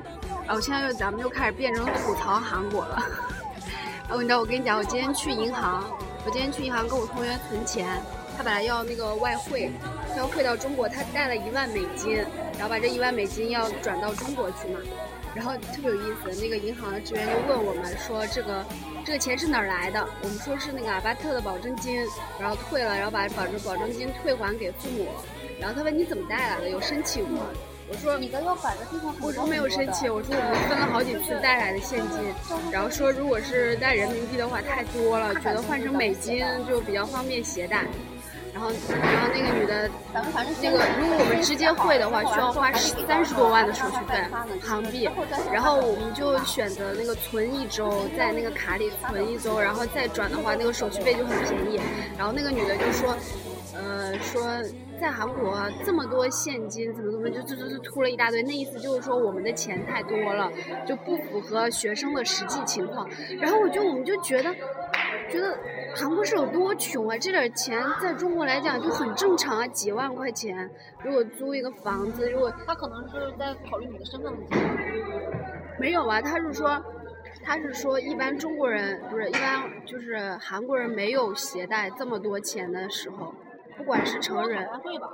[SPEAKER 2] 啊，我现在又咱们又开始变成吐槽韩国了。然后你知道我跟你讲，我今天去银行，我今天去银行跟我同学存钱，他本来要那个外汇，他要汇到中国，他带了一万美金，然后把这一万美金要转到中国去嘛。然后特别有意思，那个银行的职员就问我们说：“这个这个钱是哪儿来的？”我们说是那个阿巴特的保证金，然后退了，然后把保证保证金退还给父母。然后他问你怎么带来的，有申请吗？我说
[SPEAKER 3] 你的要管的地方很多
[SPEAKER 2] 我说没有申请，我说我们分了好几次带来的现金，然后说如果是带人民币的话太多了，觉得换成美金就比较方便携带。然后，然后那个女的，
[SPEAKER 3] 咱们反正
[SPEAKER 2] 那个如果我们直接汇的话，需要花三十多万的手续费韩币，然后我们就选择那个存一周，在那个卡里存一周，然后再转的话，那个手续费就很便宜。然后那个女的就说，呃，说在韩国啊这么多现金，怎么怎么就就就就吐了一大堆，那意思就是说我们的钱太多了，就不符合学生的实际情况。然后我就我们就觉得，觉得韩国是有多穷啊！这点钱在中国来讲就很正常啊，几万块钱，如果租一个房子，如果
[SPEAKER 3] 他可能是在考虑你的身份问题。
[SPEAKER 2] 没有啊，他是说，他是说一般中国人不是一般就是韩国人没有携带这么多钱的时候，不管是成人，
[SPEAKER 3] 对吧？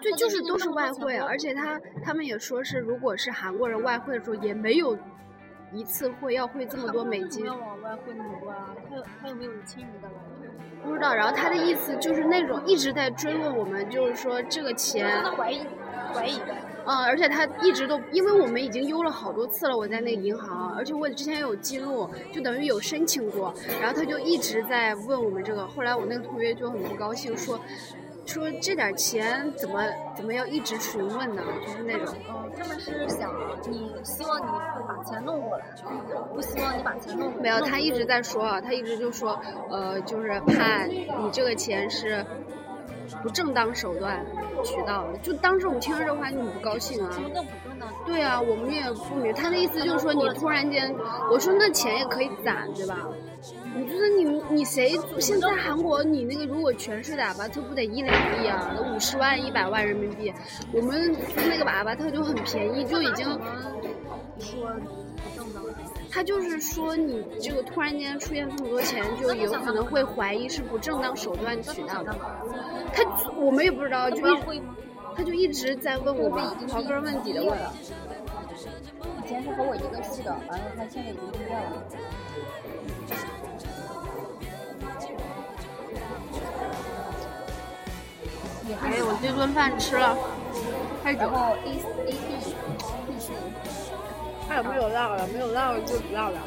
[SPEAKER 2] 对，就
[SPEAKER 3] 他就是是
[SPEAKER 2] 都
[SPEAKER 3] 这
[SPEAKER 2] 是
[SPEAKER 3] 么
[SPEAKER 2] 外
[SPEAKER 3] 多钱
[SPEAKER 2] 汇，啊
[SPEAKER 3] 多
[SPEAKER 2] 而且他他们也说是，如果是韩国人外汇的时候，也没有一次汇要汇这么多美金
[SPEAKER 4] 没，有往外汇那么多啊，他有他有没有亲你的了？
[SPEAKER 2] 不知道。然后他的意思就是那种一直在追问我们，就是说这个钱
[SPEAKER 4] 真，的怀疑怀疑的，
[SPEAKER 2] 嗯，而且他一直都，因为我们已经悠了好多次了，我在那个银行，而且我之前有记录，就等于有申请过，然后他就一直在问我们这个。后来我那个同学就很不高兴，说。说这点钱怎么怎么要一直询问呢？就是那种，
[SPEAKER 4] 嗯，他们是想你希望你把钱弄过来，不希望你把钱弄过来。
[SPEAKER 2] 没有，他一直在说，啊，他一直就说，呃，就是怕你这个钱是不正当手段取到的。就当时我们听到这话，就很不高兴啊。
[SPEAKER 4] 什么叫不正当？
[SPEAKER 2] 对啊，我们也不明。他的意思就是说，你突然间，我说那钱也可以攒，对吧？我觉得你你谁现在韩国你那个如果全是阿巴特，不得一两亿啊，五十万一百万人民币，我们那个阿巴特就很便宜，就已经。他就是说，你这个突然间出现这么多钱，就有可能会怀疑是不正当手段取到的。他我们也不知道，就一直
[SPEAKER 4] 会吗？
[SPEAKER 2] 他就一直在问我们刨根问底的问。
[SPEAKER 3] 以前是和我一个系的，完了他现在已经毕业了。
[SPEAKER 2] 哎，我这顿饭吃了，太久
[SPEAKER 3] 然
[SPEAKER 2] 了，
[SPEAKER 3] 后 A A B B C，
[SPEAKER 2] 还哎有没有辣了？没有辣了就不辣了。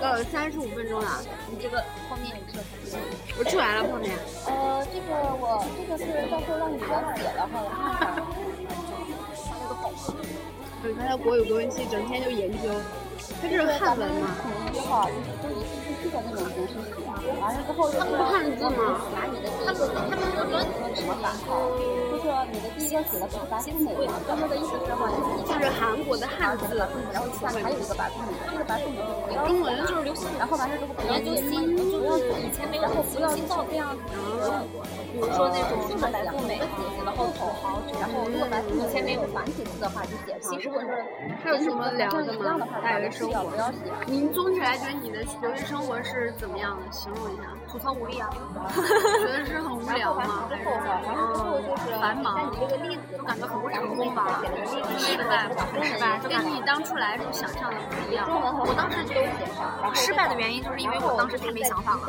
[SPEAKER 2] 到了三十五分钟了，
[SPEAKER 4] 你这个泡面也吃了三天。
[SPEAKER 2] 我吃完了泡面。
[SPEAKER 3] 呃，这个我这个是到时候让你来写的话，我看看。
[SPEAKER 2] 你看他国语国文系整天就研究，他这是汉文嘛？
[SPEAKER 3] 可能最好就是都一字一句的那种形式写，完了之后就是
[SPEAKER 2] 不汉字吗？
[SPEAKER 3] 拿你的他们他们说说你们什么法号，就是你的第一个写的是八字哪个，他们的意思是嘛，就是你
[SPEAKER 2] 这
[SPEAKER 3] 看
[SPEAKER 2] 是韩国的汉字，
[SPEAKER 3] 然后下面还有一个八字女，这个八字女不要
[SPEAKER 2] 中文就是流行
[SPEAKER 3] 然后完事之后不要解释，不要以前没有，然后不要知道这样子，比如说那种什么百富美，然后土豪，然后如果百富以前没有繁体字的话就解释，如果是
[SPEAKER 2] 还有什么聊的
[SPEAKER 3] 一样的
[SPEAKER 2] 吗
[SPEAKER 3] 话，？
[SPEAKER 2] 大学生活
[SPEAKER 3] 不。要写。
[SPEAKER 2] 您总体来觉得你的留学生活是怎么样的？形容一下。
[SPEAKER 4] 吐槽无力啊！
[SPEAKER 2] 觉得是很无聊 吗？还是嗯繁忙？
[SPEAKER 3] 这个例子，
[SPEAKER 2] 就感觉很不成功吧，很失败，很失败，跟你当初来时候想象的不一样。
[SPEAKER 3] 我当时就写上，然后
[SPEAKER 4] 失败的原因就是因为我当时太没想法了。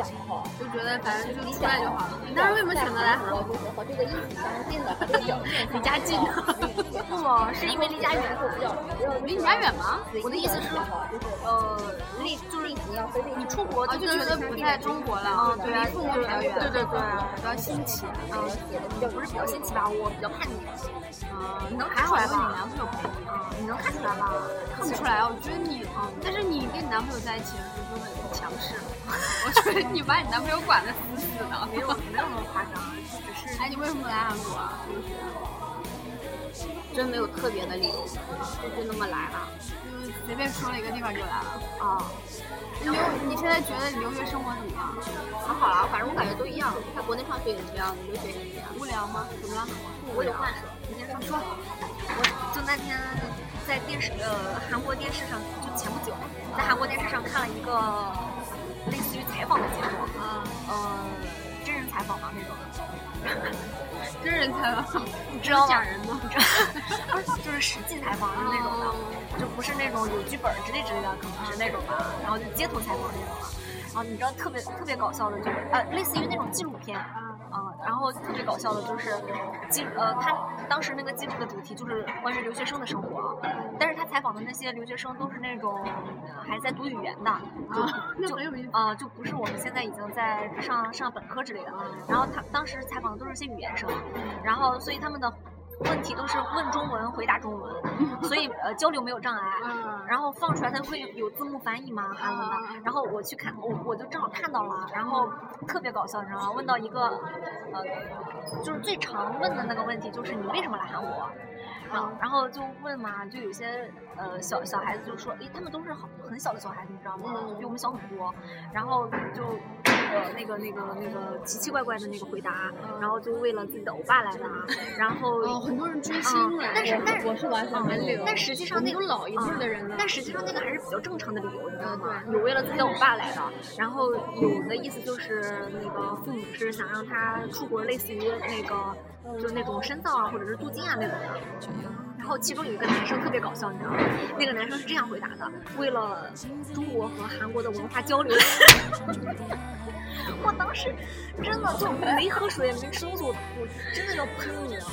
[SPEAKER 2] 就觉得反正就出来就好了。你当时为什么选择来韩国？
[SPEAKER 3] 就是和这个意思相近的，和这个表现
[SPEAKER 2] 离家近，
[SPEAKER 4] 不，是因为离家远。
[SPEAKER 2] 离哎你家远吗？
[SPEAKER 4] 我的意思是，呃，离就是你出国
[SPEAKER 2] 啊，就觉得不在中国了，
[SPEAKER 4] 啊，对啊，
[SPEAKER 2] 离父母比较远，
[SPEAKER 4] 对对对，
[SPEAKER 2] 比较新奇。
[SPEAKER 4] 嗯，不是比较新奇吧？我比较叛逆，
[SPEAKER 2] 嗯，
[SPEAKER 4] 能
[SPEAKER 2] 还
[SPEAKER 4] 看
[SPEAKER 2] 好
[SPEAKER 4] 出来
[SPEAKER 2] 有你
[SPEAKER 4] 吧
[SPEAKER 2] 男？朋友陪你，
[SPEAKER 4] 嗯，你能看出来吧？
[SPEAKER 2] 看不出来啊。我觉得你，但是你跟你男朋友在一起的时候就很强势，我觉得你把你男朋友管的死死的。
[SPEAKER 4] 没有没有那么夸张，只是
[SPEAKER 2] 哎，你为什么来韩国啊？
[SPEAKER 4] 真没有特别的理由，就就那么来了。
[SPEAKER 2] 就是随便说了一个地方就来了。
[SPEAKER 4] 啊，
[SPEAKER 2] 你留，你现在觉得留学生活怎么样？
[SPEAKER 4] 还好
[SPEAKER 2] 啊
[SPEAKER 4] 啦，反正我感觉都一样，在国内上学也一样，留学也一样。
[SPEAKER 2] 无聊吗？怎么了？
[SPEAKER 4] 我有话说，你先说说。我就那天在电视呃韩国电视上，就前不久在韩国电视上看了一个类似于采访的节目，
[SPEAKER 2] 啊，
[SPEAKER 4] 呃，真人采访嘛那种，
[SPEAKER 2] 真人采访，
[SPEAKER 4] 你知道吗
[SPEAKER 2] 假？人吗？
[SPEAKER 4] 你知道就是实际采访就是那种的，就不是那种有剧本之类之类的，可能是那种吧，然后就街头采访那种的。然啊后你知道特别特别搞笑的就是呃，类似于那种纪录片，
[SPEAKER 2] 嗯
[SPEAKER 4] 啊，然后特别搞笑的就是记呃，他当时那个记录的主题就是关于留学生的生活，啊
[SPEAKER 2] 嗯
[SPEAKER 4] 但是他采访的那些留学生都是那种还在读语言的，就、
[SPEAKER 2] 啊，那
[SPEAKER 4] 就
[SPEAKER 2] 很有意思。
[SPEAKER 4] 啊、就不是我们现在已经在上上本科之类的。
[SPEAKER 2] 嗯
[SPEAKER 4] 然后他当时采访的都是些语言生，然后所以他们的问题都是问中文回答中文，所以呃交流没有障碍。
[SPEAKER 2] 嗯
[SPEAKER 4] 然后放出来，它会有字幕翻译吗？韩文
[SPEAKER 2] 嗯嗯
[SPEAKER 4] 的。然后我去看，我我就正好看到了，然后特别搞笑，你知道吗？问到一个，呃，就是最常问的那个问题，就是你为什么来韩国？然
[SPEAKER 2] 嗯
[SPEAKER 4] 后然后就问嘛，就有些呃小小孩子就说，诶，他们都是好很小的小孩子，你知道
[SPEAKER 2] 嗯
[SPEAKER 4] 吗？比我们小很多。然后就呃那个那个那个奇奇怪怪的那个回答，然后就为了自己的欧巴来的，啊然后
[SPEAKER 2] 嗯哦，很多人追星来，
[SPEAKER 4] 但是但是
[SPEAKER 2] 我是哦完全没
[SPEAKER 4] 嗯
[SPEAKER 2] 有。
[SPEAKER 4] 但实际上那个
[SPEAKER 2] 我们都老一辈的人了
[SPEAKER 4] 嗯但实际上那个还是比较正常的理由，你知道吗？有为了自己的欧巴来的，然后有的意思就是那个父母是想让他出国，类似于那个就那种深造啊，或者是镀金啊那种的。然后其中有一个男生特别搞笑，你知道吗？那个男生是这样回答的：为了中国和韩国的文化交流。 我当时真的就没喝水，没收缩，我真的要喷你了。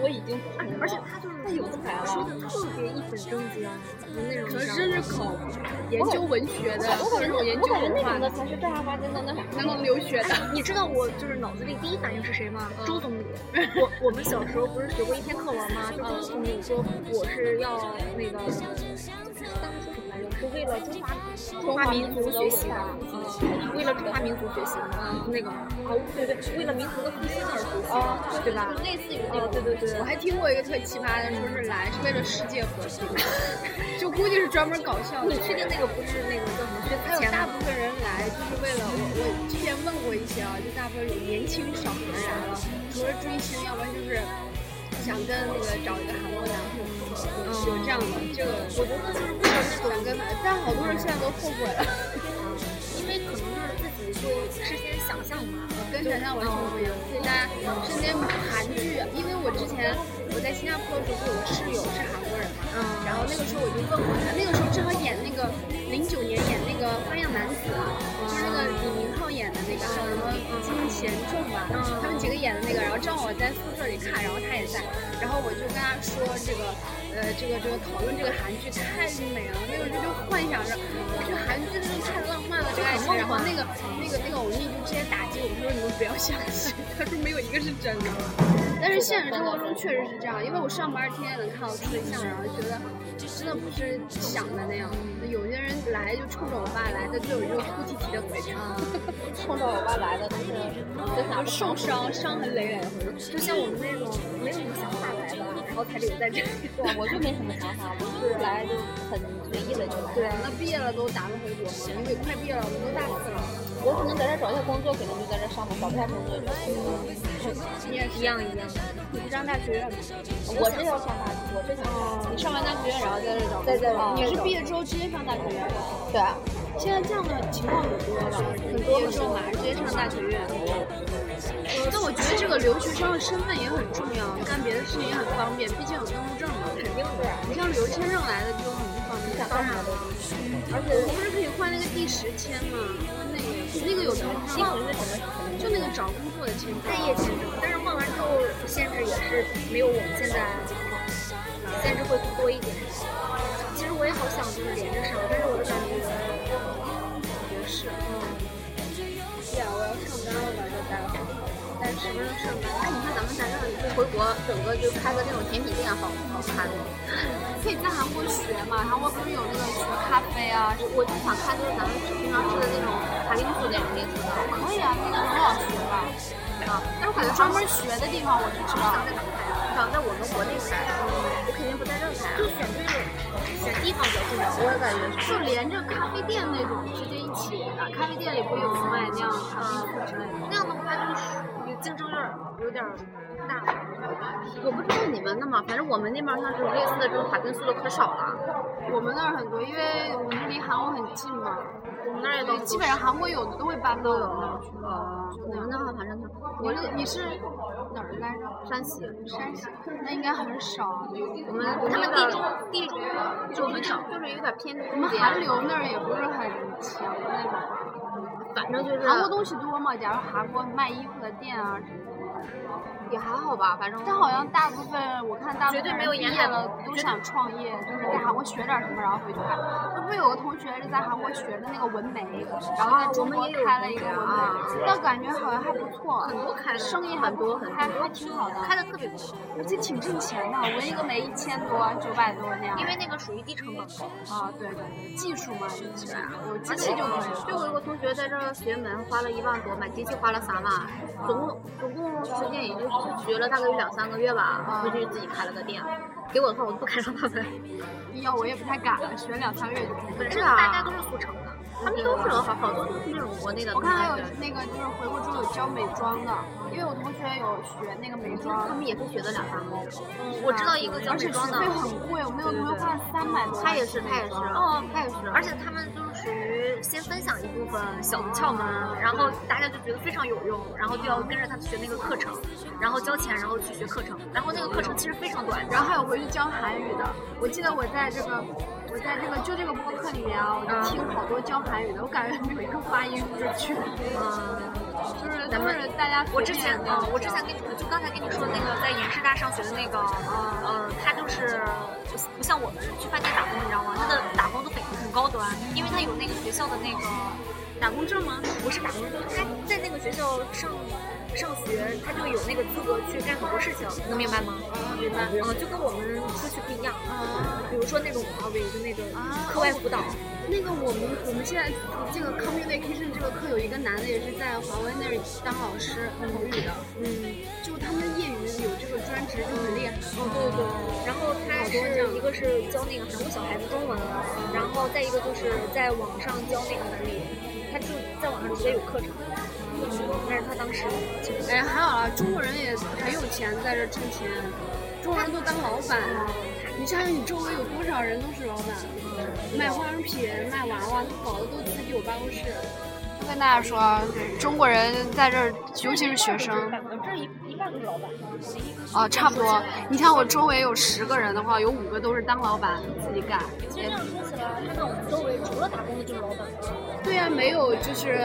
[SPEAKER 4] 我已经，而且他就是他有的说的特别一本正经，就那种。
[SPEAKER 2] 真是考研究文学的，
[SPEAKER 4] 我
[SPEAKER 2] 那
[SPEAKER 4] 感觉
[SPEAKER 2] 种研
[SPEAKER 4] 我
[SPEAKER 2] 究
[SPEAKER 4] 感觉那
[SPEAKER 2] 文化
[SPEAKER 4] 种
[SPEAKER 2] 的
[SPEAKER 4] 的，才是正儿八经的 那啥。
[SPEAKER 2] 才能留学的。
[SPEAKER 4] 你知道我就是脑子里第一反应是谁吗？周冬雨。我我们小时候不是学过一篇课文吗？就周冬雨说我是要那个，当时说什么来着？是为了中华中华民族学习的，嗯为了中华民族学习的那个哦，对对，为了民族的复兴而学习的，对吧？哦类似于哦，对对对
[SPEAKER 2] 我。还听过一个特奇葩的，说是来是为了世界和平， 就估计是专门搞笑的
[SPEAKER 4] 你。确定那个不是那个叫什么薛
[SPEAKER 2] 还有
[SPEAKER 4] 之谦
[SPEAKER 2] 大
[SPEAKER 4] 吗？
[SPEAKER 2] 部分人来就是为了我，我之前问过一些啊，就大部分有年轻小孩来了，除了追星，要不然就是想跟那个找一个韩国男朋友，有有这样的这个，我觉得就是为了想跟他，但好多人现在都后悔了，
[SPEAKER 4] 因为可能就是自己就事先想象嘛。
[SPEAKER 2] 跟想象完全不一样。所以大家身边韩剧，因为我之前我在新加坡的时候，就有个室友是韩国人嘛，
[SPEAKER 4] 嗯
[SPEAKER 2] 然后那个时候我就问过他，那个时候正好演那个零九年演那个《花样男子》，就是那个李明浩演的那个，还有什么金贤重吧，他们几个演的那个。然后正好我在宿舍里看，然后他也在，然后我就跟他说这个，呃，这个这个讨论这个韩剧太美了，那个时候就幻想着，这个韩剧真的是太浪漫了，这个爱情。然后那个那个那个欧尼就直接打击我说你们不要相信，他说没有一个是真的。但是现实生活中确实是这样，因为我上班天天能看到对象，然后觉得真的不是想的那样。有些人来就冲着我爸来的，就有这种哭啼啼的回程，
[SPEAKER 5] 冲着我爸来的，但
[SPEAKER 2] 就
[SPEAKER 5] 是
[SPEAKER 2] 受伤、伤痕累累的回程。
[SPEAKER 4] 就像我们那种没有什么想法来的，然后才留在这里。
[SPEAKER 5] 对我就没什么想法，我就是来就很随意的就来。
[SPEAKER 2] 对，那毕业了都打算回国吗？因为快毕业了，我们都大四了。
[SPEAKER 5] 我可能在这儿找一下工作，可能就在这儿上吧，找不下工作就回国。
[SPEAKER 2] 你也一样一样。你不上大学院吗？
[SPEAKER 5] 我是要上大学，我是想上。你上完大学，然后在这找。在这找。
[SPEAKER 2] 你是毕业之后直接上大学院吗？
[SPEAKER 5] 对啊，
[SPEAKER 2] 现在这样的情况很多了，很多之后马上直接上大学院。但我觉得这个留学生的身份也很重要，干别的事情也很方便，毕竟有登陆证嘛。肯定是。你像旅游签证来的就很不方便，当然了。而且我们不是可以换那个第十签吗？换那个那个有什么？第十是什么？就那个找工作的签证。
[SPEAKER 4] 待业签证，但是换完之后限制也是没有我们现在限制会多一点。其实我也好想就是连着上，但是我就感觉
[SPEAKER 2] 也是。对啊，我要上班了吧？就待会儿。
[SPEAKER 4] 但是什么时候上班？
[SPEAKER 5] 那你说咱们在这里就回国，整个就开个那种甜品店，好好看吗？
[SPEAKER 2] 可以在韩国学嘛？韩国不是有那个学咖啡啊？
[SPEAKER 5] 我我就想看就是咱们平常吃的那种卡丁素那种类似的。
[SPEAKER 4] 嗯
[SPEAKER 2] 可以啊，那个很好学吧？啊，但是我感觉专门学的地方我就知道了。
[SPEAKER 5] 想在我们国内开，我肯定不在这儿开。就选对选地方比较重要，我也感觉是。
[SPEAKER 2] 就连着咖啡店那种直接一起啊，咖啡店里不是有卖那样的咖啡之类的？
[SPEAKER 4] 那样的话就是竞争有有点大了。
[SPEAKER 5] 我不知道你们那嘛，反正我们那边像是类似的这种卡丁素的可少了。
[SPEAKER 2] 我们那儿很多，因为我们离韩国很近嘛，
[SPEAKER 5] 我们那儿也都
[SPEAKER 2] 基本上韩国有的都会搬到我们那儿去。
[SPEAKER 5] 我们那儿反正就
[SPEAKER 2] 我这你是哪儿来着？
[SPEAKER 5] 山西，
[SPEAKER 2] 山西，那应该很少。
[SPEAKER 5] 我们我
[SPEAKER 4] 他们
[SPEAKER 5] 们那
[SPEAKER 4] 地
[SPEAKER 5] 边
[SPEAKER 4] 中地中就
[SPEAKER 5] 我们
[SPEAKER 4] 少。
[SPEAKER 5] 就是有点偏
[SPEAKER 2] 我们
[SPEAKER 5] 边
[SPEAKER 2] 韩流那儿也不是很强那种。
[SPEAKER 5] 反正就是
[SPEAKER 2] 韩国东西多嘛，假如韩国卖衣服的店啊什么的。
[SPEAKER 5] 也还好吧，反正
[SPEAKER 2] 但好像大部分我看大部分人毕业了都想创业，就是在韩国学点什么，然后回去干。我不是有个同学是在韩国学的那个纹眉，然后在中国开了一个纹眉，但感觉好像还不错，啊很多开生意很多，还还挺好的，
[SPEAKER 4] 开的特别多，
[SPEAKER 2] 而且挺挣钱的，纹一个眉一千多、九百多那样。
[SPEAKER 4] 因为那个属于低成本高。
[SPEAKER 2] 啊，对对对，技术嘛，就是有机器就可以了。
[SPEAKER 5] 就我有个同学在这儿学门，花了一万多，买机器花了三万，总共总共时间也就学了大概有两三个月吧，回去自己开了个店。给我的话，我都不开让他们。
[SPEAKER 2] 要哎我也不太敢了，学两三个月就可以了。啊
[SPEAKER 4] 本身大家都是速啊成的，
[SPEAKER 5] 啊他们都是好好多都是那种国内的
[SPEAKER 2] 我
[SPEAKER 5] 同
[SPEAKER 2] 看
[SPEAKER 5] 学，
[SPEAKER 2] 还有那个就是回国之后有教美妆的，因为我同学有学那个美
[SPEAKER 5] 他
[SPEAKER 2] 妆，
[SPEAKER 5] 们也是学的两三个月。
[SPEAKER 4] 我知道一个
[SPEAKER 2] 而
[SPEAKER 4] 教美
[SPEAKER 2] 且学
[SPEAKER 4] 妆的
[SPEAKER 2] 费，很贵，我们有同学花了三百多。
[SPEAKER 5] 他也是，他也是，
[SPEAKER 2] 哦，
[SPEAKER 5] 他也是。
[SPEAKER 4] 而且他们就是属于先分享一部分小的窍门，然后大家就觉得非常有用，然后就要跟着他去学那个课程，然后交钱，然后去学课程，然后那个课程其实非常短，
[SPEAKER 2] 然后还有回去教韩语的。我记得我在这个，我在这个就这个播客里面啊，我
[SPEAKER 4] 嗯
[SPEAKER 2] 就听好多教韩语的，我感觉没有一个发音准确，就是都是大家随便
[SPEAKER 4] 我之前
[SPEAKER 2] 那
[SPEAKER 4] 啊、
[SPEAKER 2] 种
[SPEAKER 4] 我之前跟你就刚才跟你说的那个在延世大上学的那个，呃，他就是不像我们去饭店打工，你知道吗？他的打工都很很高端，因为他有那个学校的那个打工证吗？不是打工证，他在那个学校上上学，他就有那个资格去干很多事情，能明白吗？明白。嗯、就跟我们出去不一样，比如说那种啊，哦有的那个课外辅导，
[SPEAKER 2] 那个我们我们现在这个 communication 这个课有一个男的也是在华为那儿当老师口语的，嗯，就他们业余有这个专职就很厉害。
[SPEAKER 4] 对对，然后
[SPEAKER 2] 好
[SPEAKER 4] 他
[SPEAKER 2] 多这样
[SPEAKER 4] 是一个是教那个韩国小孩子中文，然后再一个就是在网上教那个韩语，他就在网上直接有课程。那是他当时，
[SPEAKER 2] 哎，还有啊，中国人也很有钱，在这挣钱，中国人都当老板。你想想，你周围有多少人都是老板，卖化妆品、卖娃娃，他搞得都自己有办公室。
[SPEAKER 10] 就跟大家说，啊中国人在这儿，尤其是学生，哦，差不多。你看我周围有十个人的话，有五个都是当老板自己干。
[SPEAKER 4] 其实这样说起来，他在我们周围除了打工的就是老板，
[SPEAKER 2] 对
[SPEAKER 10] 啊
[SPEAKER 2] 呀、没有就是，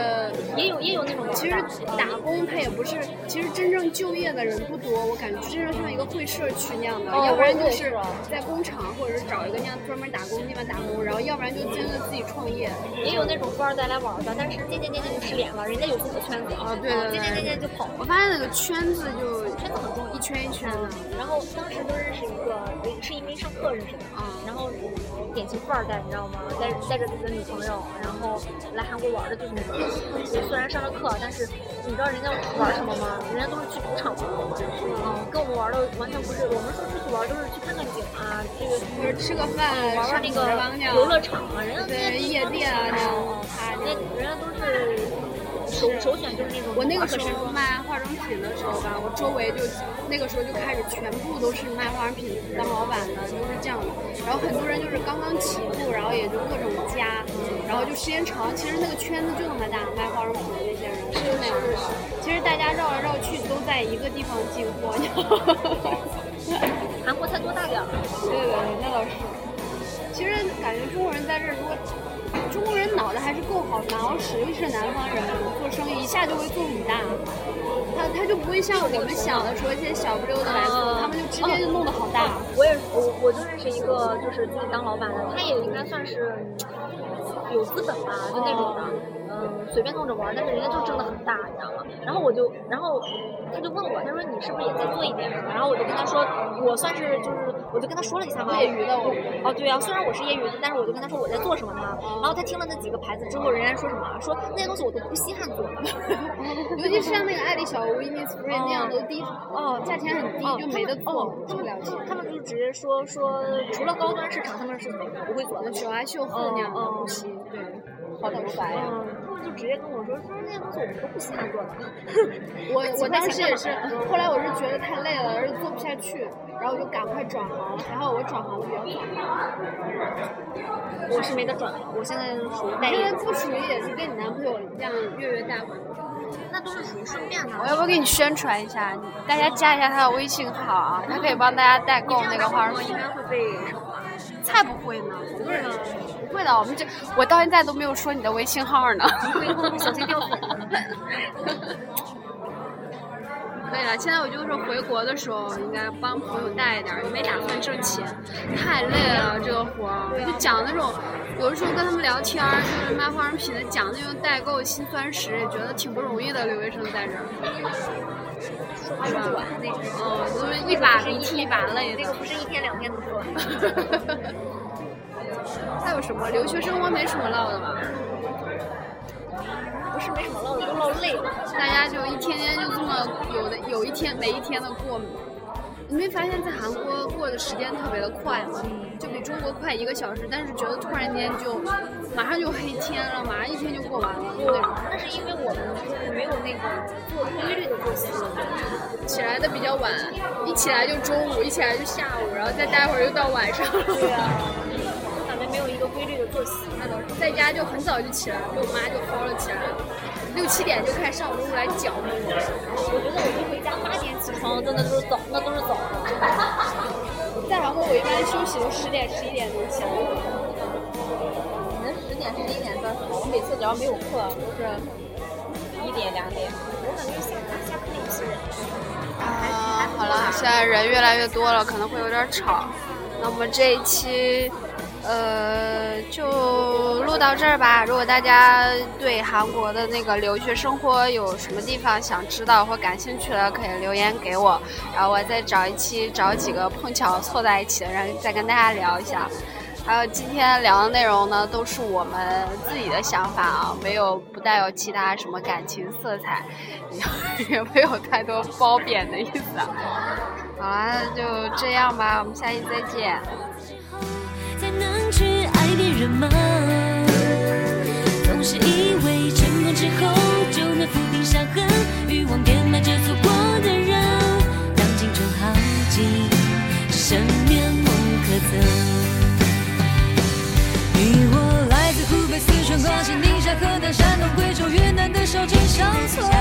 [SPEAKER 4] 也有也有那种老板
[SPEAKER 2] 其实打工他也不是，其实真正就业的人不多，我感觉真正像一个会社区那样的，要不然哦就是在工厂或者是找一个那样专门打工的地方打工，然后要不然就真的自己创业。
[SPEAKER 4] 也有那种富二代来玩的，但是渐渐渐渐就失联了，人家有自己的圈子
[SPEAKER 2] 啊对对对
[SPEAKER 4] 渐渐渐渐就跑了。
[SPEAKER 2] 我发现那个圈子就一圈一圈的。
[SPEAKER 4] 然后当时就认识一个，是因为上课认识的，然后典型富二代，你知道吗？带带着自己的女朋友，然后来韩国玩的就是那种。对虽然上了课，但是你知道人家玩什么吗？人家都是去赌场玩，嗯，跟我们玩的完全不是。我们说出去玩都是去看看景啊，这个
[SPEAKER 2] 就是吃个饭，
[SPEAKER 4] 玩玩
[SPEAKER 2] 上
[SPEAKER 4] 那
[SPEAKER 2] 个
[SPEAKER 4] 个游乐场啊，人家
[SPEAKER 2] 对夜店啊那种趴
[SPEAKER 4] 那
[SPEAKER 2] 着。
[SPEAKER 4] 人家都是首首选就是那种
[SPEAKER 2] 我那个时
[SPEAKER 4] 可山
[SPEAKER 2] 候
[SPEAKER 4] 庄。
[SPEAKER 2] 卖化妆品的时候吧，我周围就那个时候就开始全部都是卖化妆品当老板的，都是这样的。然后很多人就是刚刚起步，然后也就各种加，然后就时间长，其实那个圈子就那么大，卖化妆品的那些人是那样的。其实大家绕来绕去都在一个地方进货，你知道吗？
[SPEAKER 4] 韩国才多大点儿？
[SPEAKER 2] 对对对，那倒是。其实感觉中国人在这儿，如果中国人脑袋还是够好的，好使，尤其是南方人做生意一下就会做很大。他他就不会像我们想的说一些小不溜的来做，他们就直接就哦弄得好大。啊
[SPEAKER 4] 哦我也我我就认识一个，就是自己当老板的，他也应该算是有资本吧，就那种的，
[SPEAKER 2] 哦
[SPEAKER 4] 嗯，随便弄着玩儿，但是人家就挣得很大，你知道吗？然后我就，然后他就问我，他说你是不是也在做一点什么？然后我就跟他说，我算是就是，我就跟他说了一下嘛，业余的我。哦，对啊，虽然我是业余的，但是我就跟他说我在做什么呢？
[SPEAKER 2] 哦
[SPEAKER 4] 然后他听了那几个牌子之后，人家说什么啊？说那些东西我都不稀罕做。
[SPEAKER 2] 哦 尤其是像那个爱丽小屋、Innisfree 那样都低，
[SPEAKER 4] 哦
[SPEAKER 2] 价钱很低
[SPEAKER 4] 哦，
[SPEAKER 2] 就没得做，
[SPEAKER 4] 他
[SPEAKER 2] 做不
[SPEAKER 4] 们
[SPEAKER 2] 了
[SPEAKER 4] 哦他们他们就直接说说，除了高端市场，他们是不会做的。
[SPEAKER 2] 九爱秀后那样的
[SPEAKER 4] 哦哦
[SPEAKER 2] 东西，对，好头发呀。
[SPEAKER 4] 嗯，他们就直接跟我说，说那些东西我都不稀罕做的。
[SPEAKER 2] 我我当时也
[SPEAKER 4] 几
[SPEAKER 2] 是
[SPEAKER 4] 块钱干嘛，
[SPEAKER 2] 后来我是觉得太累了，而且做不下去，然后我就赶快转行了。还好我转行的比较早，
[SPEAKER 4] 我是没得转了，我现在属于代
[SPEAKER 2] 现在
[SPEAKER 4] 言，
[SPEAKER 2] 不属于也是跟你男朋友这样月月贷款。
[SPEAKER 4] 那都是属于顺便的。
[SPEAKER 10] 我要不要给你宣传一下？你大家加一下他的微信号啊，他可以帮大家代购那个化妆品。
[SPEAKER 4] 该会被什么？
[SPEAKER 10] 才不会呢，不会呢，不会的。我们这我到现在都没有说你的微信号呢。
[SPEAKER 4] 小心掉粉。
[SPEAKER 2] 可以了，现在我就是回国的时候应该帮朋友带一点儿，也没打算挣钱，太累了这个活儿。就讲那种，有的时候跟他们聊天儿，就是卖化妆品的，讲那种代购辛酸史，也觉得挺不容易的。留学生在这儿，
[SPEAKER 4] 说不完那个，
[SPEAKER 2] 哦，就是一把鼻涕一把泪
[SPEAKER 4] 那
[SPEAKER 2] 的。
[SPEAKER 4] 个不是一天两天能做完。
[SPEAKER 2] 还有什么留学生活没什么唠的吧？
[SPEAKER 4] 不是没什么唠的，都唠累了。
[SPEAKER 2] 大家就一天天就这么有的有一天没一天的过。你没发现，在韩国过的时间特别的快吗？
[SPEAKER 4] 嗯
[SPEAKER 2] 就比中国快一个小时，但是觉得突然间就马上就黑天了，马上一天就过完了那种。
[SPEAKER 4] 那是因为我们就是没有那个做规律的作息了。
[SPEAKER 2] 起来的比较晚，一起来就中午，一起来就下午，然后再待会儿又到晚上了。
[SPEAKER 4] 对啊，感觉没有一个规
[SPEAKER 5] 规律的作息，那倒是在家就很早就起来，被我妈就薅了起来，六七点就开始上我们屋来搅和我。
[SPEAKER 4] 我觉得我一回家八点起床，哦真的都是早，那都是早上。
[SPEAKER 5] 再然后我一般休息都十点十一点钟起来。
[SPEAKER 3] 你那十点十一点算什么？我每次只要没有课，都是一点两点。
[SPEAKER 4] 我感觉现在下课有些人，
[SPEAKER 2] 啊，好了，现在人越来越多了，可能会有点吵。那我们这一期，呃，就录到这儿吧。如果大家对韩国的那个留学生活有什么地方想知道或感兴趣的，可以留言给我，然后我再找一期，找几个碰巧凑在一起的人，再跟大家聊一下。还有今天聊的内容呢，都是我们自己的想法啊，没有不带有其他什么感情色彩，也没有 太多褒贬的意思啊。好啦，那就这样吧，我们下期再见。
[SPEAKER 1] 才能去爱别人吗？总是以为成功之后就能抚平伤痕，欲望填满着错过的人。当青春耗尽，只剩面目可憎。你我来自湖北、四川、广西、宁夏、河南、山东、贵州、云南的小镇小村，